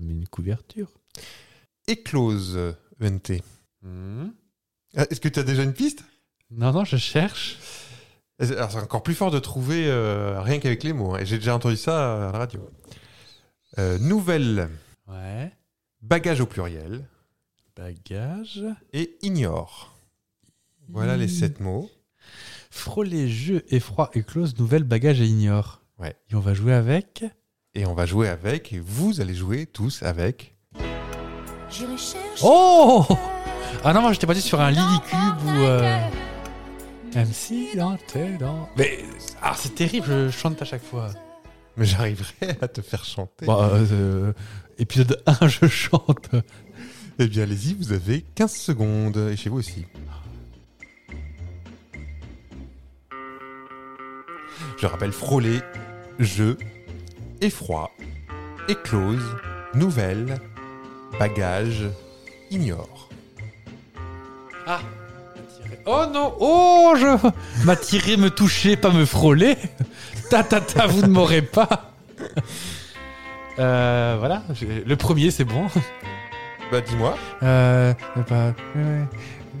D: mets une couverture.
E: Éclose, ENT. Ah, Est-ce que tu as déjà une piste
D: Non, non, je cherche.
E: Alors, c'est encore plus fort de trouver euh, rien qu'avec les mots. hein. Et J'ai déjà entendu ça à la radio. Euh, nouvelle,
D: Ouais.
E: bagage au pluriel
D: Bagage.
E: et ignore. Voilà
D: Hmm.
E: les sept mots.
D: Frôler, jeu, effroi, éclose, nouvelle, bagage et ignore.
E: Ouais.
D: Et on va jouer avec.
E: Et on va jouer avec, et vous allez jouer tous avec.
B: J'irai chercher.
D: Oh Ah non, moi j'étais parti sur un Lily Cube ou. euh, Même si dans tes dents. Mais. Ah, c'est terrible, je chante à chaque fois.
E: Mais j'arriverai à te faire chanter.
D: Bon, euh, euh, épisode 1, je chante.
E: Eh bien, allez-y, vous avez 15 secondes. Et chez vous aussi. Je rappelle frôler, jeu, effroi, éclose, nouvelle, bagage, ignore.
D: Ah Oh non Oh je M'attirer, me toucher, pas me frôler Ta ta ta, vous ne m'aurez pas Euh, voilà, j'ai- le premier c'est bon.
E: Bah, dis-moi.
D: Euh, c'est pas. ouais,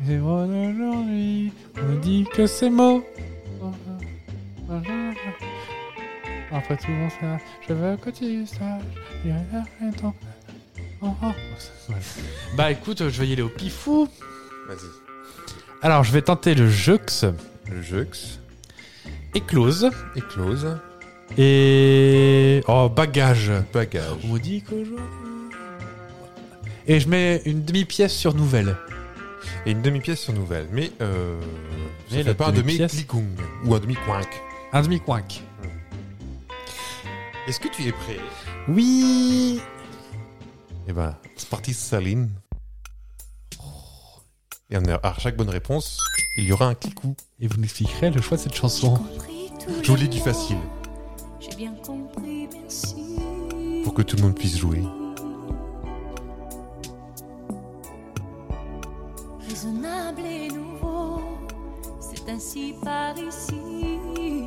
D: C'est bon aujourd'hui, on nous dit que c'est mot. Après tout, bon, ça, je veux que tu saches, il y a rien de temps. Oh, oh. Voilà. Bah écoute, je vais y aller au pifou.
E: Vas-y.
D: Alors, je vais tenter le Jux,
E: Le jeux,
D: éclose
E: éclose,
D: et. Oh, bagage.
E: bagage.
D: On dit qu'aujourd'hui. Et je mets une demi-pièce sur nouvelle.
E: Et une demi-pièce sur nouvelle. Mais, euh, ça
D: Mais la
E: fait pas un demi
D: demi-pièce-
E: clicung ou un demi-coinc.
D: Un demi-coinc.
E: Est-ce que tu es prêt
D: Oui
E: Eh ben, c'est parti, Saline. Oh. Et on est- à chaque bonne réponse, il y aura un clicou.
D: Et vous m'expliquerez le choix de cette
B: J'ai
D: chanson.
B: compris tous
E: Je vous
B: les
E: l'ai dit
B: mots.
E: facile,
B: J'ai bien compris, merci.
E: pour que tout le monde puisse jouer.
B: Raisonnable et nouveau, c'est ainsi par ici.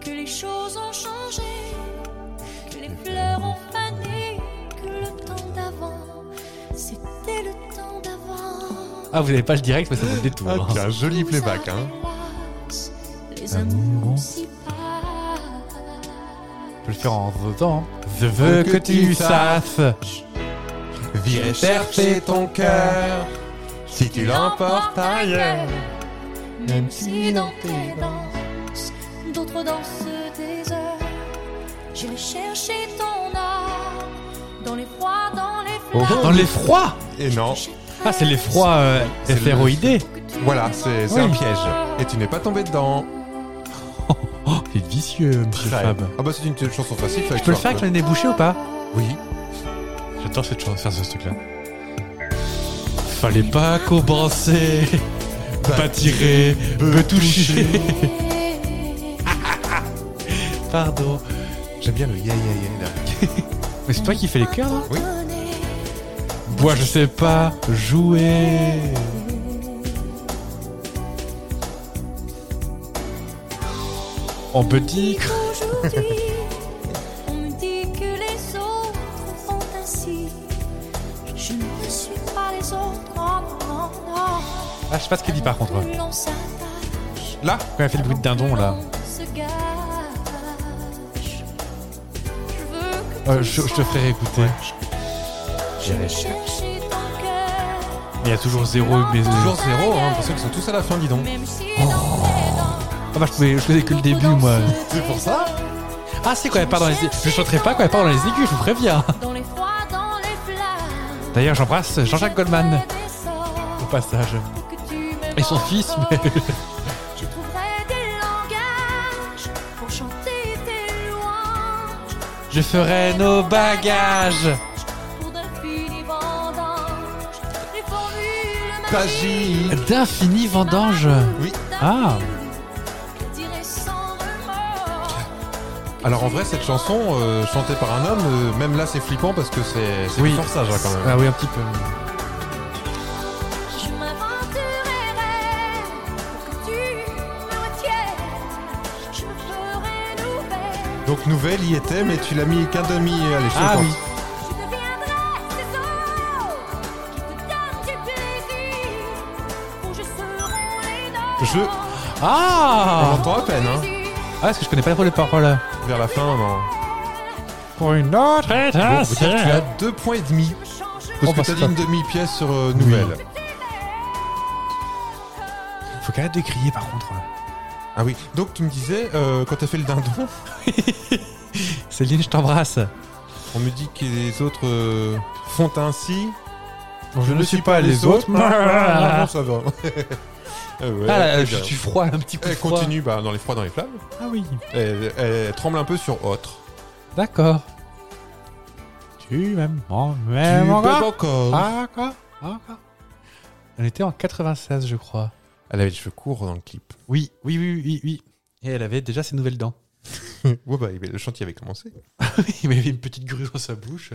B: Que les choses ont changé, que les fleurs ont fané, que le temps d'avant, c'était le temps d'avant.
D: Ah, vous n'avez pas le direct, mais ça vaut le détour. hein.
E: un joli
B: Nous
E: playback, hein.
B: hélas, Les
D: Un moment.
B: amours s'y passent.
D: Je peux le faire en deux temps. hein. Je veux que tu saches.
E: Virer chercher ton cœur, si tu l'emportes ailleurs.
B: Même si dans tes danses, d'autres dansent des heures. J'irai chercher ton âme dans les froids, dans les flammes.
D: Dans l'effroi
E: Et non,
D: Oh. Ah, c'est l'effroi euh,
E: C'est le-
D: efféroïdé.
E: voilà, c'est c'est un
D: Oui.
E: piège. Et tu n'es pas tombé dedans.
D: Oh, c'est vicieux, monsieur
E: Très.
D: Fab.
E: Ah bah c'est une une chanson facile. fallait
D: Je peux le
E: que
D: faire avec le
E: tu
D: nez bouché ou pas
E: Oui.
D: J'adore cette chanson, faire ce truc-là. Fallait pas commencer, pas tirer, me toucher. Pardon.
E: J'aime bien le ya ya ya là.
D: Mais c'est toi qui fais les cœurs, là
E: Oui.
D: Moi, je sais pas jouer. En petit.
B: Aujourd'hui, on me dit que les autres font ainsi. Je ne suis pas les autres. Oh, non, non.
D: Ah, je sais pas ce qu'il dit par contre.
B: Plus l'on s'attache,
E: Là
D: Quand elle fait le bruit de dindon, là.
B: Se gâche. Je veux que
D: Euh,
B: tu
D: je, je te ferai écouter.
B: saches. Je vais chercher ton cœur,
D: Il y a toujours zéro, mais.
E: Toujours zéro, hein, parce qu'ils sont tous à la fin, dis donc.
B: même si dans tes dents,
D: Ah, bah, je, pouvais, Oh. je faisais que le début, moi.
E: C'est pour ça
D: Ah, c'est quand elle part dans les. aigus. Je chanterai pas quand elle part dans les aigus, je vous préviens.
B: dans les froids, dans les flammes.
D: D'ailleurs, j'embrasse Jean-Jacques Goldman
B: Des sorts
D: au passage.
B: pour que tu m'aimes
D: Et son fils,
B: encore.
D: mais.
B: Je trouverai des langages pour chanter tes louanges,
D: Je ferai nos bagages.
B: pour d'infinis vendanges, les formules
E: Tagie
D: D'infini vendange.
E: Oui.
D: Ah.
E: Alors en vrai, cette chanson euh, chantée par un homme, euh, même là c'est flippant parce que c'est c'est
D: Oui. Euh.
E: du forçage hein, quand même.
D: Ah oui, un petit peu.
B: Je m'aventurerai
E: Donc nouvelle y était, mais tu l'as mis qu'un demi. Allez, je
D: Ah
E: te le porte.
B: Je deviendrai ces eaux qui te donnent du plaisir, où je serai les nôtres.
E: Je- On
D: Ah
E: l'entend à peine, hein.
D: Ah, parce que je connais pas trop les paroles.
E: Vers la fin, non.
D: Pour une autre
E: Bon,
D: bah,
E: faut dire que tu as deux points et demi. Parce
D: Oh, bah,
E: que t'as
D: c'est
E: dit
D: pas-
E: une demi-pièce sur euh, nouvelle.
D: Faut quand même de crier par contre.
E: Ah oui. Donc tu me disais, euh, quand t'as fait le dindon,
D: Céline, je t'embrasse.
E: on me dit que les autres euh, font ainsi.
D: je ne suis pas les autres.
E: Ah, non,
D: Ah,
E: ça va. Ah ouais,
D: là,
E: très
D: euh, je
E: bien.
D: suis froid, un petit coup de
E: Elle
D: froid.
E: continue bah, dans les froids, dans les flammes.
D: Ah oui.
E: Elle, elle tremble un peu sur autre.
D: D'accord. Tu m'aimes. Oh,
E: Tu
D: m'aimes
E: peux
D: encore.
E: encore.
D: Ah, quoi Ah, quoi On était en 96, je crois.
E: Elle avait les cheveux courts dans le clip.
D: Oui, oui, oui, oui, oui. Et elle avait déjà ses nouvelles dents.
E: Ouais, bah, le chantier avait commencé.
D: Il avait une petite grue dans sa bouche.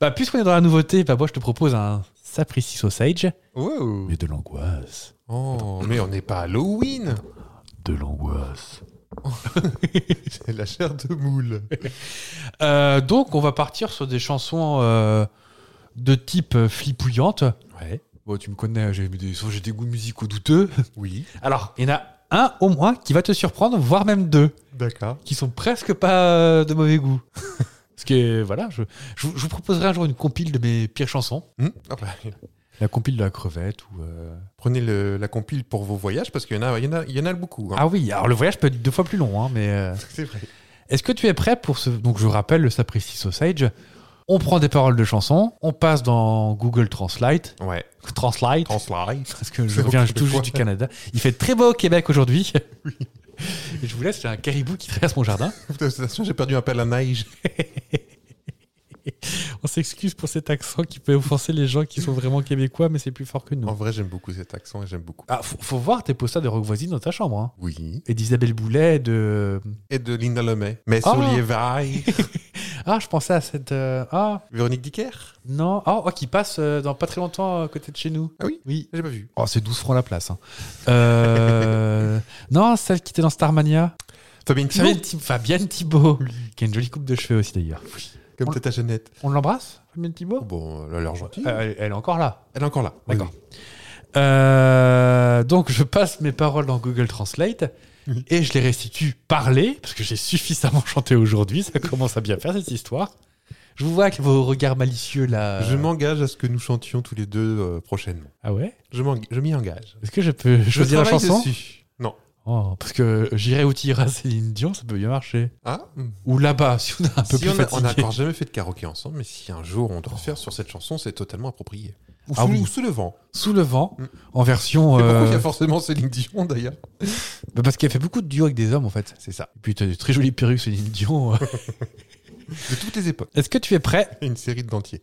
D: Bah, puisqu'on est dans la nouveauté, bah, moi, je te propose un Sapristi Sausage.
E: Wow.
D: Mais de l'angoisse.
E: Oh, mais on n'est pas Halloween.
D: De l'angoisse.
E: C'est la chair de moule.
D: Euh, donc, on va partir sur des chansons euh, de type euh, flippouillante.
E: Ouais.
D: Bon, tu me connais, j'ai des, j'ai des goûts musicaux douteux.
E: Oui.
D: Alors, il y en a un au moins qui va te surprendre, voire même deux,
E: D'accord.
D: qui sont presque pas euh, de mauvais goût. Parce que, voilà, je, je vous je vous proposerai un jour une compile de mes pires chansons.
E: Hmm Ah bah,
D: La compile de la crevette ou... euh,
E: Prenez le- la compile pour vos voyages parce qu'il y en a, il y en a, il y en a beaucoup. hein.
D: Ah oui, alors le voyage peut être deux fois plus long, hein, mais... euh,
E: c'est vrai.
D: Est-ce que tu es prêt pour ce... Donc je rappelle le Sapristi Sausage. On prend des paroles de chansons, on passe dans Google Translate.
E: Ouais.
D: Translate.
E: Translate.
D: parce que je
E: C'est
D: reviens
E: au
D: tout
E: Québécois.
D: juste du Canada. Il fait très beau au Québec aujourd'hui. Et je vous laisse, j'ai un caribou qui traverse mon jardin.
E: Putain, c'est sûr, J'ai perdu un pelle à neige.
D: On s'excuse pour cet accent qui peut offenser les gens qui sont vraiment québécois, mais c'est plus fort que nous.
E: En vrai, j'aime beaucoup cet accent et j'aime beaucoup.
D: Ah, faut, faut voir tes posters de Rock Voisine dans ta chambre. hein.
E: Oui.
D: Et d'Isabelle Boulet, de.
E: Et de Linda Lemay. Mais
D: Ah.
E: Solievaille.
D: Ah, je pensais à cette. euh, Ah,
E: Véronique Dicker.
D: non. Ah, oh, qui passe euh, dans pas très longtemps à côté de chez nous.
E: Ah oui
D: Oui.
E: J'ai pas vu.
D: Oh, c'est 12 francs la place. hein. Euh, non, celle qui était dans Starmania.
E: Fabienne Thibault.
D: Fabienne, Thib- Fabienne Thibault, qui a une jolie coupe de cheveux aussi d'ailleurs.
E: Comme t'es ta Jeannette.
D: On l'embrasse, Fabienne Thibault
E: Oh, Bon, elle a l'air gentille.
D: Euh, elle, elle est encore là.
E: Elle est encore là.
D: D'accord. Euh, donc, je passe mes paroles dans Google Translate
E: Oui.
D: et je les restitue parler, parce que j'ai suffisamment chanté aujourd'hui. Ça commence à bien faire cette histoire. Je vous vois avec vos regards malicieux là.
E: Je m'engage à ce que nous chantions tous les deux euh, prochainement.
D: Ah ouais
E: Je m'en- je m'y engage.
D: Est-ce que je peux choisir la
E: travaille
D: chanson
E: dessus. Non.
D: Oh, Parce que j'irai où tu iras, Céline Dion, ça peut bien marcher.
E: Ah hmm.
D: Ou là-bas, si on est un peu
E: Si
D: plus
E: on a- on n'a
D: fatigué.
E: encore jamais fait de karaoké ensemble, mais si un jour on doit le faire sur cette chanson, c'est totalement approprié. Ou sous,
D: Ah oui.
E: ou sous le vent.
D: Sous le vent,
E: Mm.
D: en version.
E: Mais pourquoi
D: euh,
E: il y a forcément Céline Dion d'ailleurs
D: bah parce qu'elle fait beaucoup de duos avec des hommes en fait.
E: C'est ça.
D: Et puis t'as des très jolies perruques, Céline Dion.
E: De toutes les époques.
D: Est-ce que tu es prêt
E: Une série de dentiers.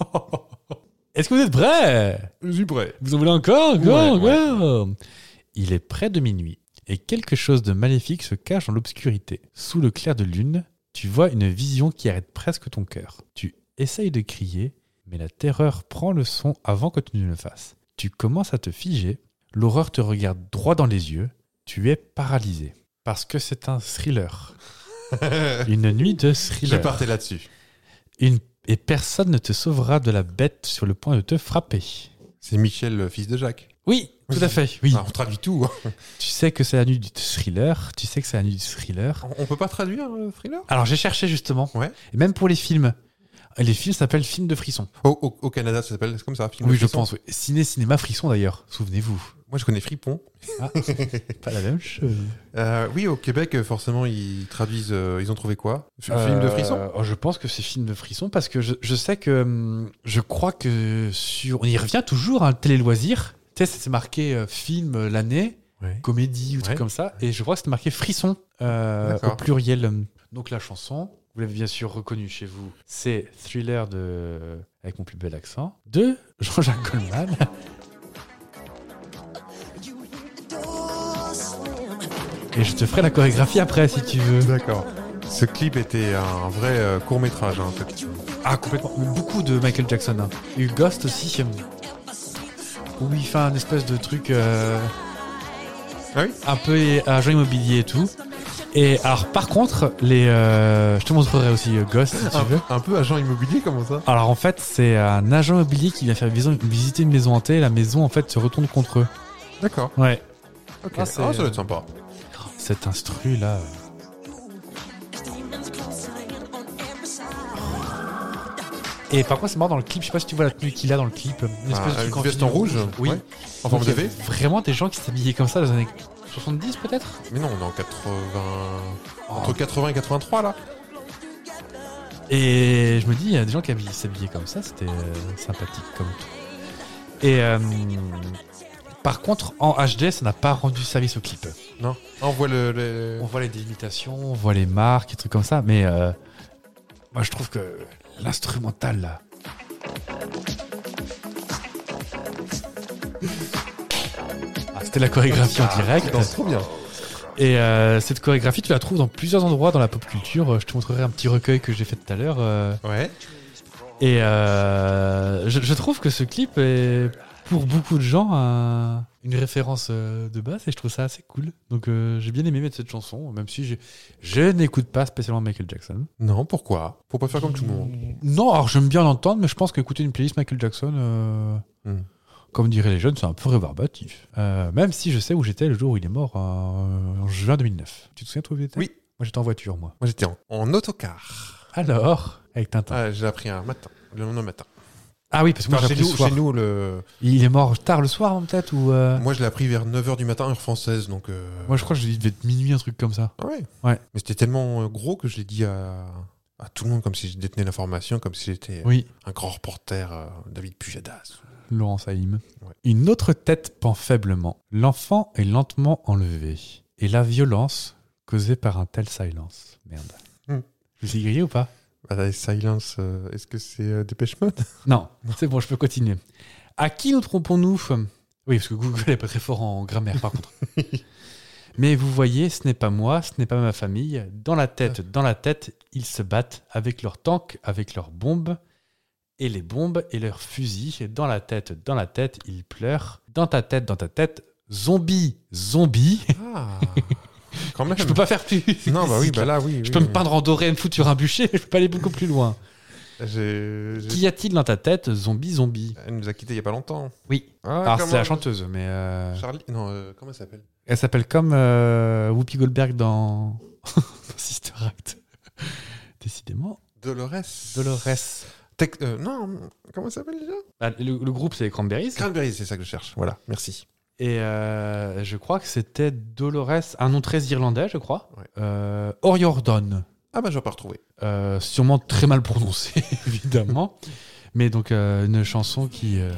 D: Est-ce que vous êtes prêts
E: Je suis prêt.
D: Vous en voulez encore Go,
E: Ouais,
D: go
E: ouais,
D: Il est près de minuit, et quelque chose de maléfique se cache dans l'obscurité. Sous le clair de lune, tu vois une vision qui arrête presque ton cœur. Tu essayes de crier, mais la terreur prend le son avant que tu ne le fasses. Tu commences à te figer, l'horreur te regarde droit dans les yeux, tu es paralysé. Parce que c'est un thriller.
E: Je
D: Une nuit de thriller.
E: partais là-dessus.
D: Une- Et personne ne te sauvera de la bête sur le point de te frapper.
E: C'est Michel, le fils de Jacques.
D: Oui, tout à fait. Oui.
E: Ah, on traduit tout. hein.
D: Tu sais que c'est la nuit du thriller, tu sais que c'est la nuit du thriller.
E: On peut pas traduire le thriller
D: Alors j'ai cherché justement,
E: Ouais.
D: et même pour les films. Les films s'appellent films de frisson.
E: au, au- au Canada, ça s'appelle comme ça. film
D: Oui,
E: de
D: je
E: frisson.
D: pense. oui. Ciné, cinéma, frisson d'ailleurs, souvenez-vous.
E: Moi, je connais Fripon.
D: Pas la même chose.
E: Euh, oui, au Québec, euh, forcément, ils traduisent. euh, ils ont trouvé quoi F- Film de frisson
D: Euh, oh, Je pense que c'est film de frisson parce que je, je sais que. hum, Je crois que sur. On y revient toujours, hein, télé-loisirs. Tu sais, c'est marqué euh, film euh, l'année.
E: Ouais.
D: comédie ou truc
E: Ouais.
D: comme ça. Et je crois que c'était marqué frisson euh,
E: D'accord.
D: au pluriel. Donc la chanson, vous l'avez bien sûr reconnue chez vous, c'est Thriller de avec mon plus bel accent de Jean-Jacques Goldman. Et je te ferai la chorégraphie après si tu veux.
E: D'accord. Ce clip était un vrai euh, hein, court métrage.
D: Ah complètement. Beaucoup de Michael Jackson. hein. Il y a eu Ghost aussi. euh, Où il fait un espèce de truc euh,
E: Ah oui
D: un peu à Jean Immobilier et tout. Et alors, par contre, les, euh, je te montrerai aussi euh, Ghost, si tu
E: Un,
D: veux.
E: un peu agent immobilier, comment ça
D: Alors en fait, c'est un agent immobilier qui vient faire visi- visiter une maison hantée et la maison en fait se retourne contre eux.
E: D'accord.
D: Ouais.
E: Ok.
D: Ah,
E: Ah,
D: c'est-
E: ça doit être sympa.
D: Cet instru là. Et par contre, c'est marrant dans le clip, je sais pas si tu vois la tenue qu'il a dans le clip. Une
E: Ah,
D: espèce de
E: une
D: truc en
E: veste
D: fil
E: en rouge,
D: Oui.
E: ouais. En
D: Donc,
E: forme
D: il y
E: de
D: a
E: V
D: Vraiment des gens qui s'habillaient comme ça dans les années 70 peut-être
E: Mais non, on est en 80.
D: Oh.
E: Entre 80 et 83 là
D: Et je me dis, il y a des gens qui habill- s'habillaient comme ça, c'était euh, sympathique comme tout. Et euh, par contre, en HD, ça n'a pas rendu service au clip.
E: Non. Ah, on voit le. le-
D: On voit les délimitations, on voit les marques, des trucs comme ça, mais euh, moi je trouve que l'instrumental là. Ah, C'était la chorégraphie en direct.
E: Non, c'est trop bien.
D: Et euh, cette chorégraphie, tu la trouves dans plusieurs endroits dans la pop culture. Euh, Je te montrerai un petit recueil que j'ai fait tout à l'heure. euh,
E: Ouais.
D: et euh, je, je trouve que ce clip est pour beaucoup de gens un- une référence euh, de base et je trouve ça assez cool. Donc euh, j'ai bien aimé mettre cette chanson, même si je, je n'écoute pas spécialement Michael Jackson.
E: Non, pourquoi Faut pas faire comme tout le monde.
D: Non, alors j'aime bien l'entendre, mais je pense qu'écouter une playlist Michael Jackson, euh,
E: Hmm.
D: comme diraient les jeunes, c'est un peu rébarbatif. Euh, même si je sais où j'étais le jour où il est mort, euh, en juin 2009. Tu te souviens toi où t'étais
E: Oui.
D: Moi j'étais en voiture, moi.
E: Moi j'étais en, en autocar.
D: Alors Avec Tintin. Ah,
E: Ah, j'ai appris un matin. Le lendemain matin.
D: oui, parce que moi
E: Enfin,
D: j'ai
E: chez,
D: appris
E: nous,
D: le soir.
E: chez nous, Hmm. le...
D: Il est mort tard le soir, hein, peut-être ou euh,
E: moi je l'ai appris vers 9h du matin, heure française. Donc. euh,
D: Moi je crois que je devais être minuit, un truc comme ça.
E: Ah ouais.
D: Ouais.
E: Mais c'était tellement euh, gros que je l'ai dit à, à tout le monde comme si je détenais l'information, comme si j'étais euh,
D: Oui,
E: un grand reporter, euh, David Pujadas.
D: Laurence Haïm.
E: Ouais.
D: Une autre tête pend faiblement. L'enfant est lentement enlevé. Et la violence causée par un tel silence. Merde.
E: Hmm.
D: Je me suis grillé ou pas
E: Ah, la silence, euh, est-ce que c'est euh, Dépêche Mode
D: Non, c'est bon, je peux continuer. À qui nous trompons-nous Oui, parce que Google n'est pas très fort en grammaire, par contre. Mais vous voyez, ce n'est pas moi, ce n'est pas ma famille. Dans la tête,
E: Ah.
D: dans la tête, ils se battent avec leurs tanks, avec leurs bombes, et les bombes et leurs fusils. Dans la tête, dans la tête, ils pleurent. Dans ta tête, dans ta tête, zombie, zombie.
E: Ah Quand même
D: Je peux pas faire plus.
E: Non, bah oui, bah là, oui.
D: Je
E: oui,
D: peux me
E: oui.
D: peindre en doré et me foutre sur un bûcher, mais je peux pas aller beaucoup plus loin.
E: J'ai- j'ai-
D: Qu'y a-t-il dans ta tête, zombie, zombie
E: Elle nous a quittés il y a pas longtemps.
D: Oui.
E: Ah,
D: Alors,
E: comment-
D: c'est la chanteuse, mais euh,
E: Charlie Non, euh, comment elle s'appelle
D: elle s'appelle comme euh, Whoopi Goldberg dans... dans Sister Act. Décidément.
E: Dolores.
D: Dolores.
E: Tec- euh, non, comment elle s'appelle déjà
D: Bah, le, le groupe, c'est les Cranberries.
E: Cranberries, c'est ça que je cherche. Voilà, merci.
D: Et euh, je crois que c'était Dolores, un nom très irlandais, je crois.
E: Ouais.
D: Euh, Oriordan.
E: Ah bah, je vais pas retrouver.
D: Euh, sûrement très mal prononcé, évidemment. Mais donc, euh, une chanson qui. euh,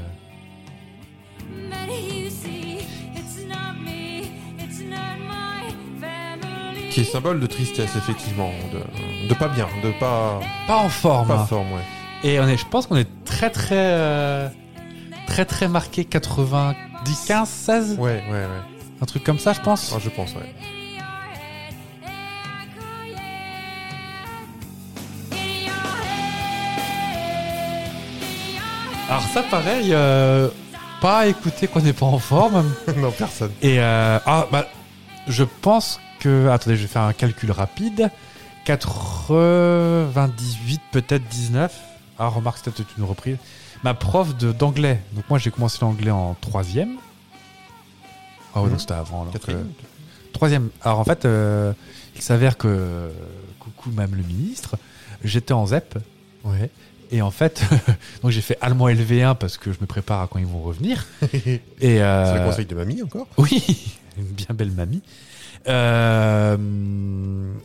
E: Qui est symbole de tristesse, effectivement. De, de pas bien, de pas.
D: Pas en forme.
E: Pas
D: hein.
E: forme, ouais.
D: Et on est, je pense qu'on est très, très. euh, très, très marqué 90, 15, 16.
E: Ouais, ouais, ouais.
D: Un truc comme ça, je pense.
E: Ah, je pense, ouais.
D: Alors ça, pareil, euh, pas écouter qu'on n'est pas en forme.
E: non, personne.
D: Et euh, ah bah, je pense que attendez, je vais faire un calcul rapide. 98, peut-être 19. Ah, remarque, c'était peut-être une reprise. Ma prof de d'anglais. Donc moi, j'ai commencé l'anglais en troisième. Ah ouais,
E: Mhm.
D: donc c'était avant. donc, euh,
E: Catherine
D: Troisième. Alors en fait, euh, il s'avère que, euh, coucou Madame le ministre, j'étais en ZEP.
E: Ouais.
D: Et en fait, donc j'ai fait allemand LV1 parce que je me prépare à quand ils vont revenir. Et euh,
E: C'est le conseil de mamie encore
D: oui, une bien belle mamie. Euh,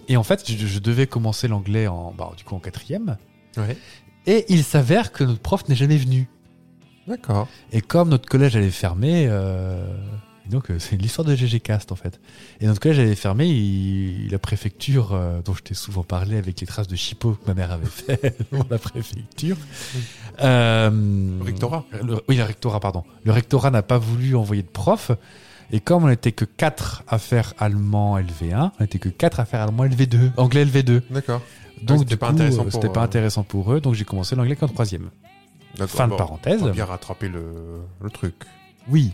D: et en fait, je, je devais commencer l'anglais en, bah, du coup en quatrième.
E: Ouais.
D: Et il s'avère que notre prof n'est jamais venu.
E: D'accord.
D: Et comme notre collège allait fermer, euh, et donc euh, c'est l'histoire de GG Cast en fait. Et notre collège allait fermer, il- la préfecture euh, dont je t'ai souvent parlé avec les traces de chipot que ma mère avait fait dans la préfecture. euh,
E: Le rectorat.
D: le- oui, le rectorat, pardon. Le rectorat n'a pas voulu envoyer de prof. Et comme on n'était que 4 à faire allemand LV1, on n'était que 4 à faire allemand LV2, anglais LV2.
E: D'accord.
D: Donc
E: Ah, c'était
D: du
E: pas
D: coup,
E: intéressant
D: euh,
E: pour,
D: c'était pas
E: euh,
D: intéressant pour eux. Donc j'ai commencé l'anglais qu'en troisième.
E: D'accord,
D: Fin de
E: bon,
D: parenthèse.
E: On va bien rattraper le, le truc.
D: Oui.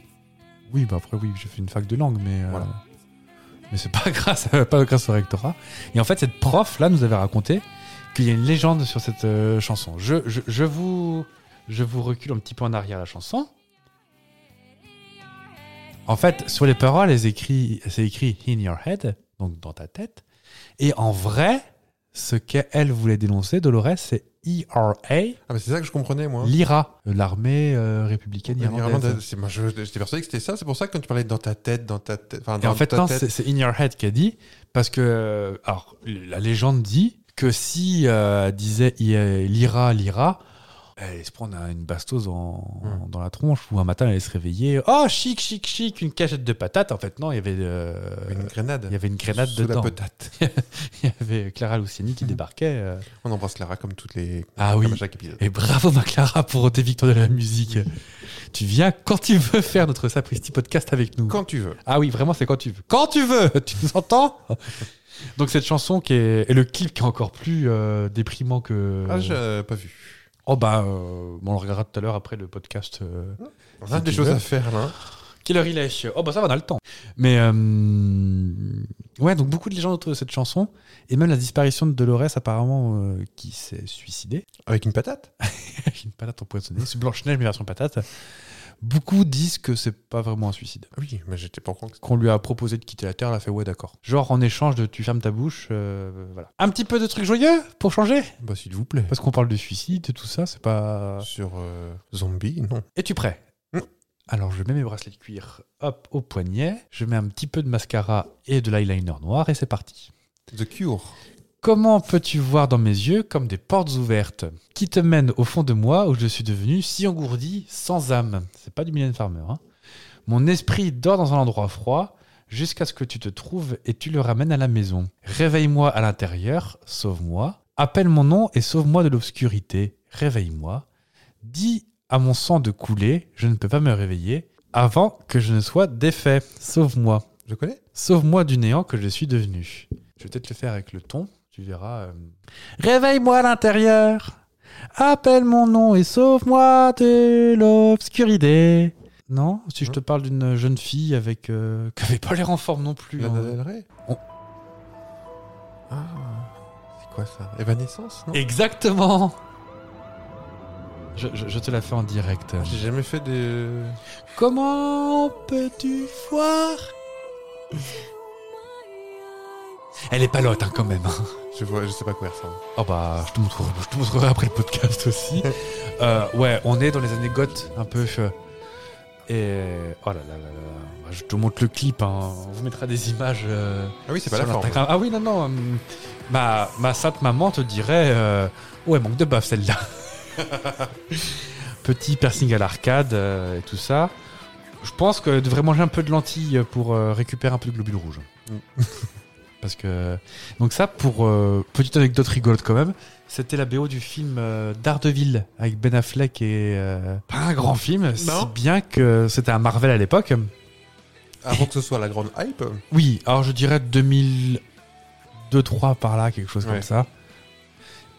D: Oui, bah après, oui, j'ai fait une fac de langue, mais. euh,
E: Voilà.
D: mais c'est pas grâce, à- pas grâce au rectorat. Et en fait, cette prof là nous avait raconté qu'il y a une légende sur cette euh, chanson. Je, je, je vous, je vous recule un petit peu en arrière la chanson. En fait, sur les paroles, elles écrit, c'est écrit in your head, donc dans ta tête. Et en vrai, ce qu'elle voulait dénoncer, Dolores, c'est E ERA,
E: Ah, mais c'est ça que je comprenais, moi.
D: l'IRA, l'armée euh, républicaine
E: Irlandaise.
D: irlandaise.
E: C'est- moi, je- J'étais persuadé que c'était ça. C'est pour ça que quand tu parlais dans ta tête, dans ta tête. Enfin,
D: Et
E: dans
D: en fait,
E: ta
D: non,
E: tête.
D: c'est c'est In Your Head qui a dit, parce que euh, alors, la légende dit que si euh, elle disait il- euh, l'IRA, l'IRA, elle allait se prendre un- une bastose en-
E: Hmm.
D: dans la tronche, ou un matin, elle allait se réveiller, oh, chic, chic, chic, une cachette de patates. En fait, non, il y avait, euh,
E: Une grenade.
D: il y avait une grenade
E: Sous la
D: dedans.
E: patate. Hmm.
D: il y avait Clara Luciani qui débarquait. euh.
E: On embrasse Clara comme toutes les.
D: Ah oui.
E: Comme à chaque épisode.
D: Et bravo, ma Clara, pour tes victoires de la musique. tu viens quand tu veux faire notre Sapristi podcast avec nous.
E: Quand tu veux.
D: Ah oui, vraiment, c'est quand tu veux. Quand tu veux Tu nous entends Donc cette chanson qui est... Et le clip qui est encore plus euh, déprimant que...
E: Ah, j'ai euh, pas vu.
D: Oh bah, euh, on le regardera tout à l'heure après le podcast. euh,
E: On a
D: Si
E: des
D: tu
E: choses
D: veux.
E: à faire, là.
D: Killer Illich. Oh bah ça va, on a le temps. Mais... euh, Ouais, donc beaucoup de légendes autour de cette chanson. Et même la disparition de Dolores, apparemment, euh, qui s'est suicidée.
E: Avec une patate
D: Avec une patate empoisonnée. C'est Blanche-Neige, mais version patate. Beaucoup disent que c'est pas vraiment un suicide.
E: Ah Oui, mais j'étais pas au courant que
D: qu'on lui a proposé de quitter la Terre, elle a fait ouais d'accord. Genre en échange de tu fermes ta bouche, euh, voilà. Un petit peu de trucs joyeux pour changer
E: c'était- Bah, s'il vous plaît.
D: Parce qu'on parle de suicide et tout ça, c'est pas...
E: Sur euh, Zombie, non.
D: Es-tu prêt
E: Mm.
D: Alors je mets mes bracelets de cuir hop au poignet, je mets un petit peu de mascara et de l'eyeliner noir et c'est parti.
E: The Cure.
D: Comment peux-tu voir dans mes yeux comme des portes ouvertes qui te mènent au fond de moi où je suis devenu si engourdi, sans âme C'est pas du Mylène Farmer. hein. Mon esprit dort dans un endroit froid jusqu'à ce que tu te trouves et tu le ramènes à la maison. Réveille-moi à l'intérieur, sauve-moi. Appelle mon nom et sauve-moi de l'obscurité. Réveille-moi. Dis à mon sang de couler, je ne peux pas me réveiller avant que je ne sois défait. Sauve-moi.
E: Je connais
D: Sauve-moi du néant que je suis devenu. Je vais peut-être le faire avec le ton, tu verras. euh. Réveille-moi à l'intérieur, appelle mon nom et sauve-moi de l'obscurité. Non Si je te parle d'une jeune fille avec euh, qui avait pas l'air en forme non plus.
E: Lana
D: hein.
E: Del Rey
D: On-
E: Ah, c'est quoi ça Evanescence, non
D: Exactement je, je- je te la fais en direct.
E: J'ai jamais fait de...
D: Comment peux-tu voir Elle est palote hein, quand même. hein.
E: Je, vois, je sais pas quoi ça.
D: Oh bah, je te montrerai, je te montrerai après le podcast aussi. Euh, ouais, on est dans les années goth, un peu. euh, Et oh là là là là, là, je te montre le clip. hein. On vous mettra des images. euh,
E: Ah oui, c'est pas
D: sur
E: la forme.
D: l'Instagram. Ah oui, non non. hum, ma ma sainte maman te dirait, euh, ouais, manque de baffe celle-là. Petit piercing à l'arcade euh, et tout ça. Je pense que elle devrait manger un peu de lentilles pour euh, récupérer un peu de globules rouges.
E: Mm.
D: Parce que donc ça pour euh, petite anecdote rigolote quand même, c'était la BO du film euh, Daredevil avec Ben Affleck et euh, pas un grand film, si bien que c'était un Marvel à l'époque.
E: Avant que ce soit la grande hype,
D: Oui, alors je dirais 2002 3 par là, quelque chose comme
E: Ouais.
D: ça.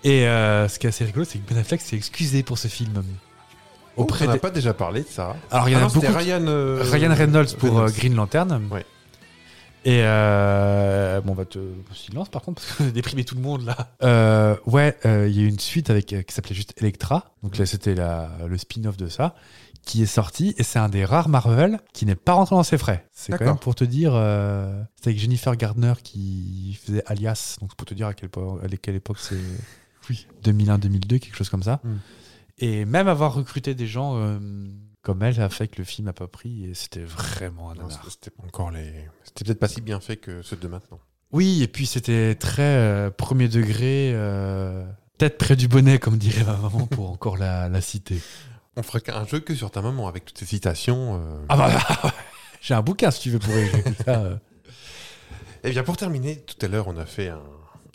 D: Et euh, ce qui est assez rigolo, c'est que Ben Affleck s'est excusé pour ce film. Auprès
E: on n'a
D: des-
E: pas déjà parlé de ça.
D: Alors il y en
E: Ah
D: a
E: non, c'était
D: beaucoup.
E: Ryan, euh,
D: Ryan Reynolds pour euh,
E: Reynolds.
D: Green Lantern.
E: Ouais.
D: Et euh, bon, bah te silence par contre parce qu'on a déprimé tout le monde là. Euh, ouais, euh, il y a eu une suite avec euh, qui s'appelait juste Electra. Donc là, c'était la- le spin-off de ça qui est sorti et c'est un des rares Marvel qui n'est pas rentré dans ses frais. C'est quand
E: D'accord.
D: même pour te dire, euh, c'était avec Jennifer Gardner qui faisait Alias. Donc c'est pour te dire à quelle, po- à quelle époque c'est. Oui. 2001-2002, quelque chose comme ça.
E: Mm.
D: Et même avoir recruté des gens euh, comme elle a fait que le film n'a pas pris et c'était vraiment un
E: Non,
D: nanar.
E: c'était- C'était pas encore les. C'était peut-être pas si bien fait que ceux de maintenant.
D: Oui, et puis c'était très euh, premier degré, euh, tête près du bonnet, comme dirait ma maman pour encore la, la citer.
E: On ferait qu'un jeu que sur ta maman avec toutes ces citations. euh.
D: Ah bah, j'ai un bouquin si tu veux pour résumer ça. euh.
E: Eh bien, pour terminer, tout à l'heure, on a fait un,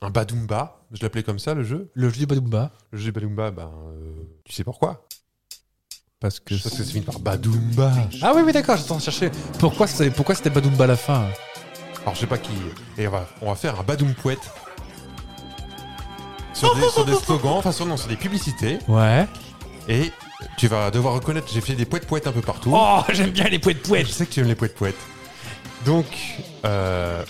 E: un Badoomba. Je l'appelais comme ça, le jeu.
D: Le jeu du Badoumba,
E: Le jeu des Badoomba, ben, euh, tu sais pourquoi
D: parce que.
E: Parce que c'est fini par Badoomba.
D: Ah oui, oui, d'accord, j'étais en train de chercher. Pourquoi c'était pourquoi c'était Badoumba à la fin
E: Alors, je sais pas qui. Et on va, on va faire un Badoum Pouette. Sur des, sur des slogans, enfin, sur, non, sur des publicités.
D: Ouais.
E: Et tu vas devoir reconnaître, j'ai fait des poètes poètes un peu partout.
D: Oh, j'aime bien les poètes
E: Je
D: poètes
E: sais que tu aimes les poètes poètes. Donc, euh,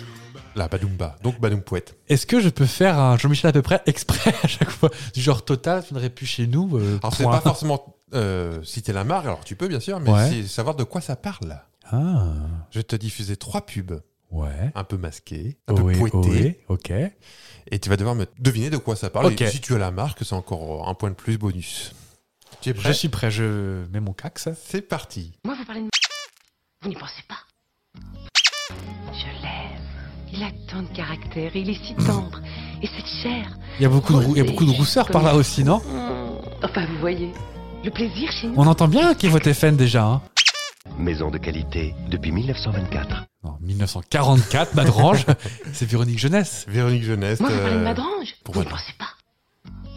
E: La Badoumba, donc Badoumpouette.
D: Est-ce que je peux faire un Jean-Michel à peu près exprès à chaque fois Du genre total, tu n'aurais plus chez nous. euh,
E: Alors, c'est
D: point.
E: pas forcément euh, citer la marque, alors tu peux bien sûr, mais
D: Ouais.
E: c'est savoir de quoi ça parle.
D: Ah,
E: Je vais te diffuser trois pubs
D: ouais.
E: un peu masqués, un
D: Oui,
E: peu poétés,
D: oui, ok.
E: et tu vas devoir me deviner de quoi ça parle.
D: Ok.
E: Et si tu as la marque, c'est encore un point de plus bonus. Tu es
D: Je
E: prêt
D: suis prêt, je mets mon cax.
E: C'est parti.
F: Moi, vous parlez de... Vous n'y pensez pas. Je l'aime. Il a tant de caractère, il est si tendre. Et cette chair...
D: Il y a beaucoup de, rou- il y a beaucoup de rousseurs par là aussi, non
F: hmm, Enfin, vous voyez, le plaisir chez nous...
D: On entend bien qui vote FN déjà. Hein
G: Maison de qualité depuis 1924.
D: non, 1944, Madrange, c'est Véronique Jeunesse.
E: Véronique Jeunesse.
F: Moi, vous parlez de
E: euh,
F: Madrange.
E: pour
F: vous n'y
E: moi, non.
F: pensez pas.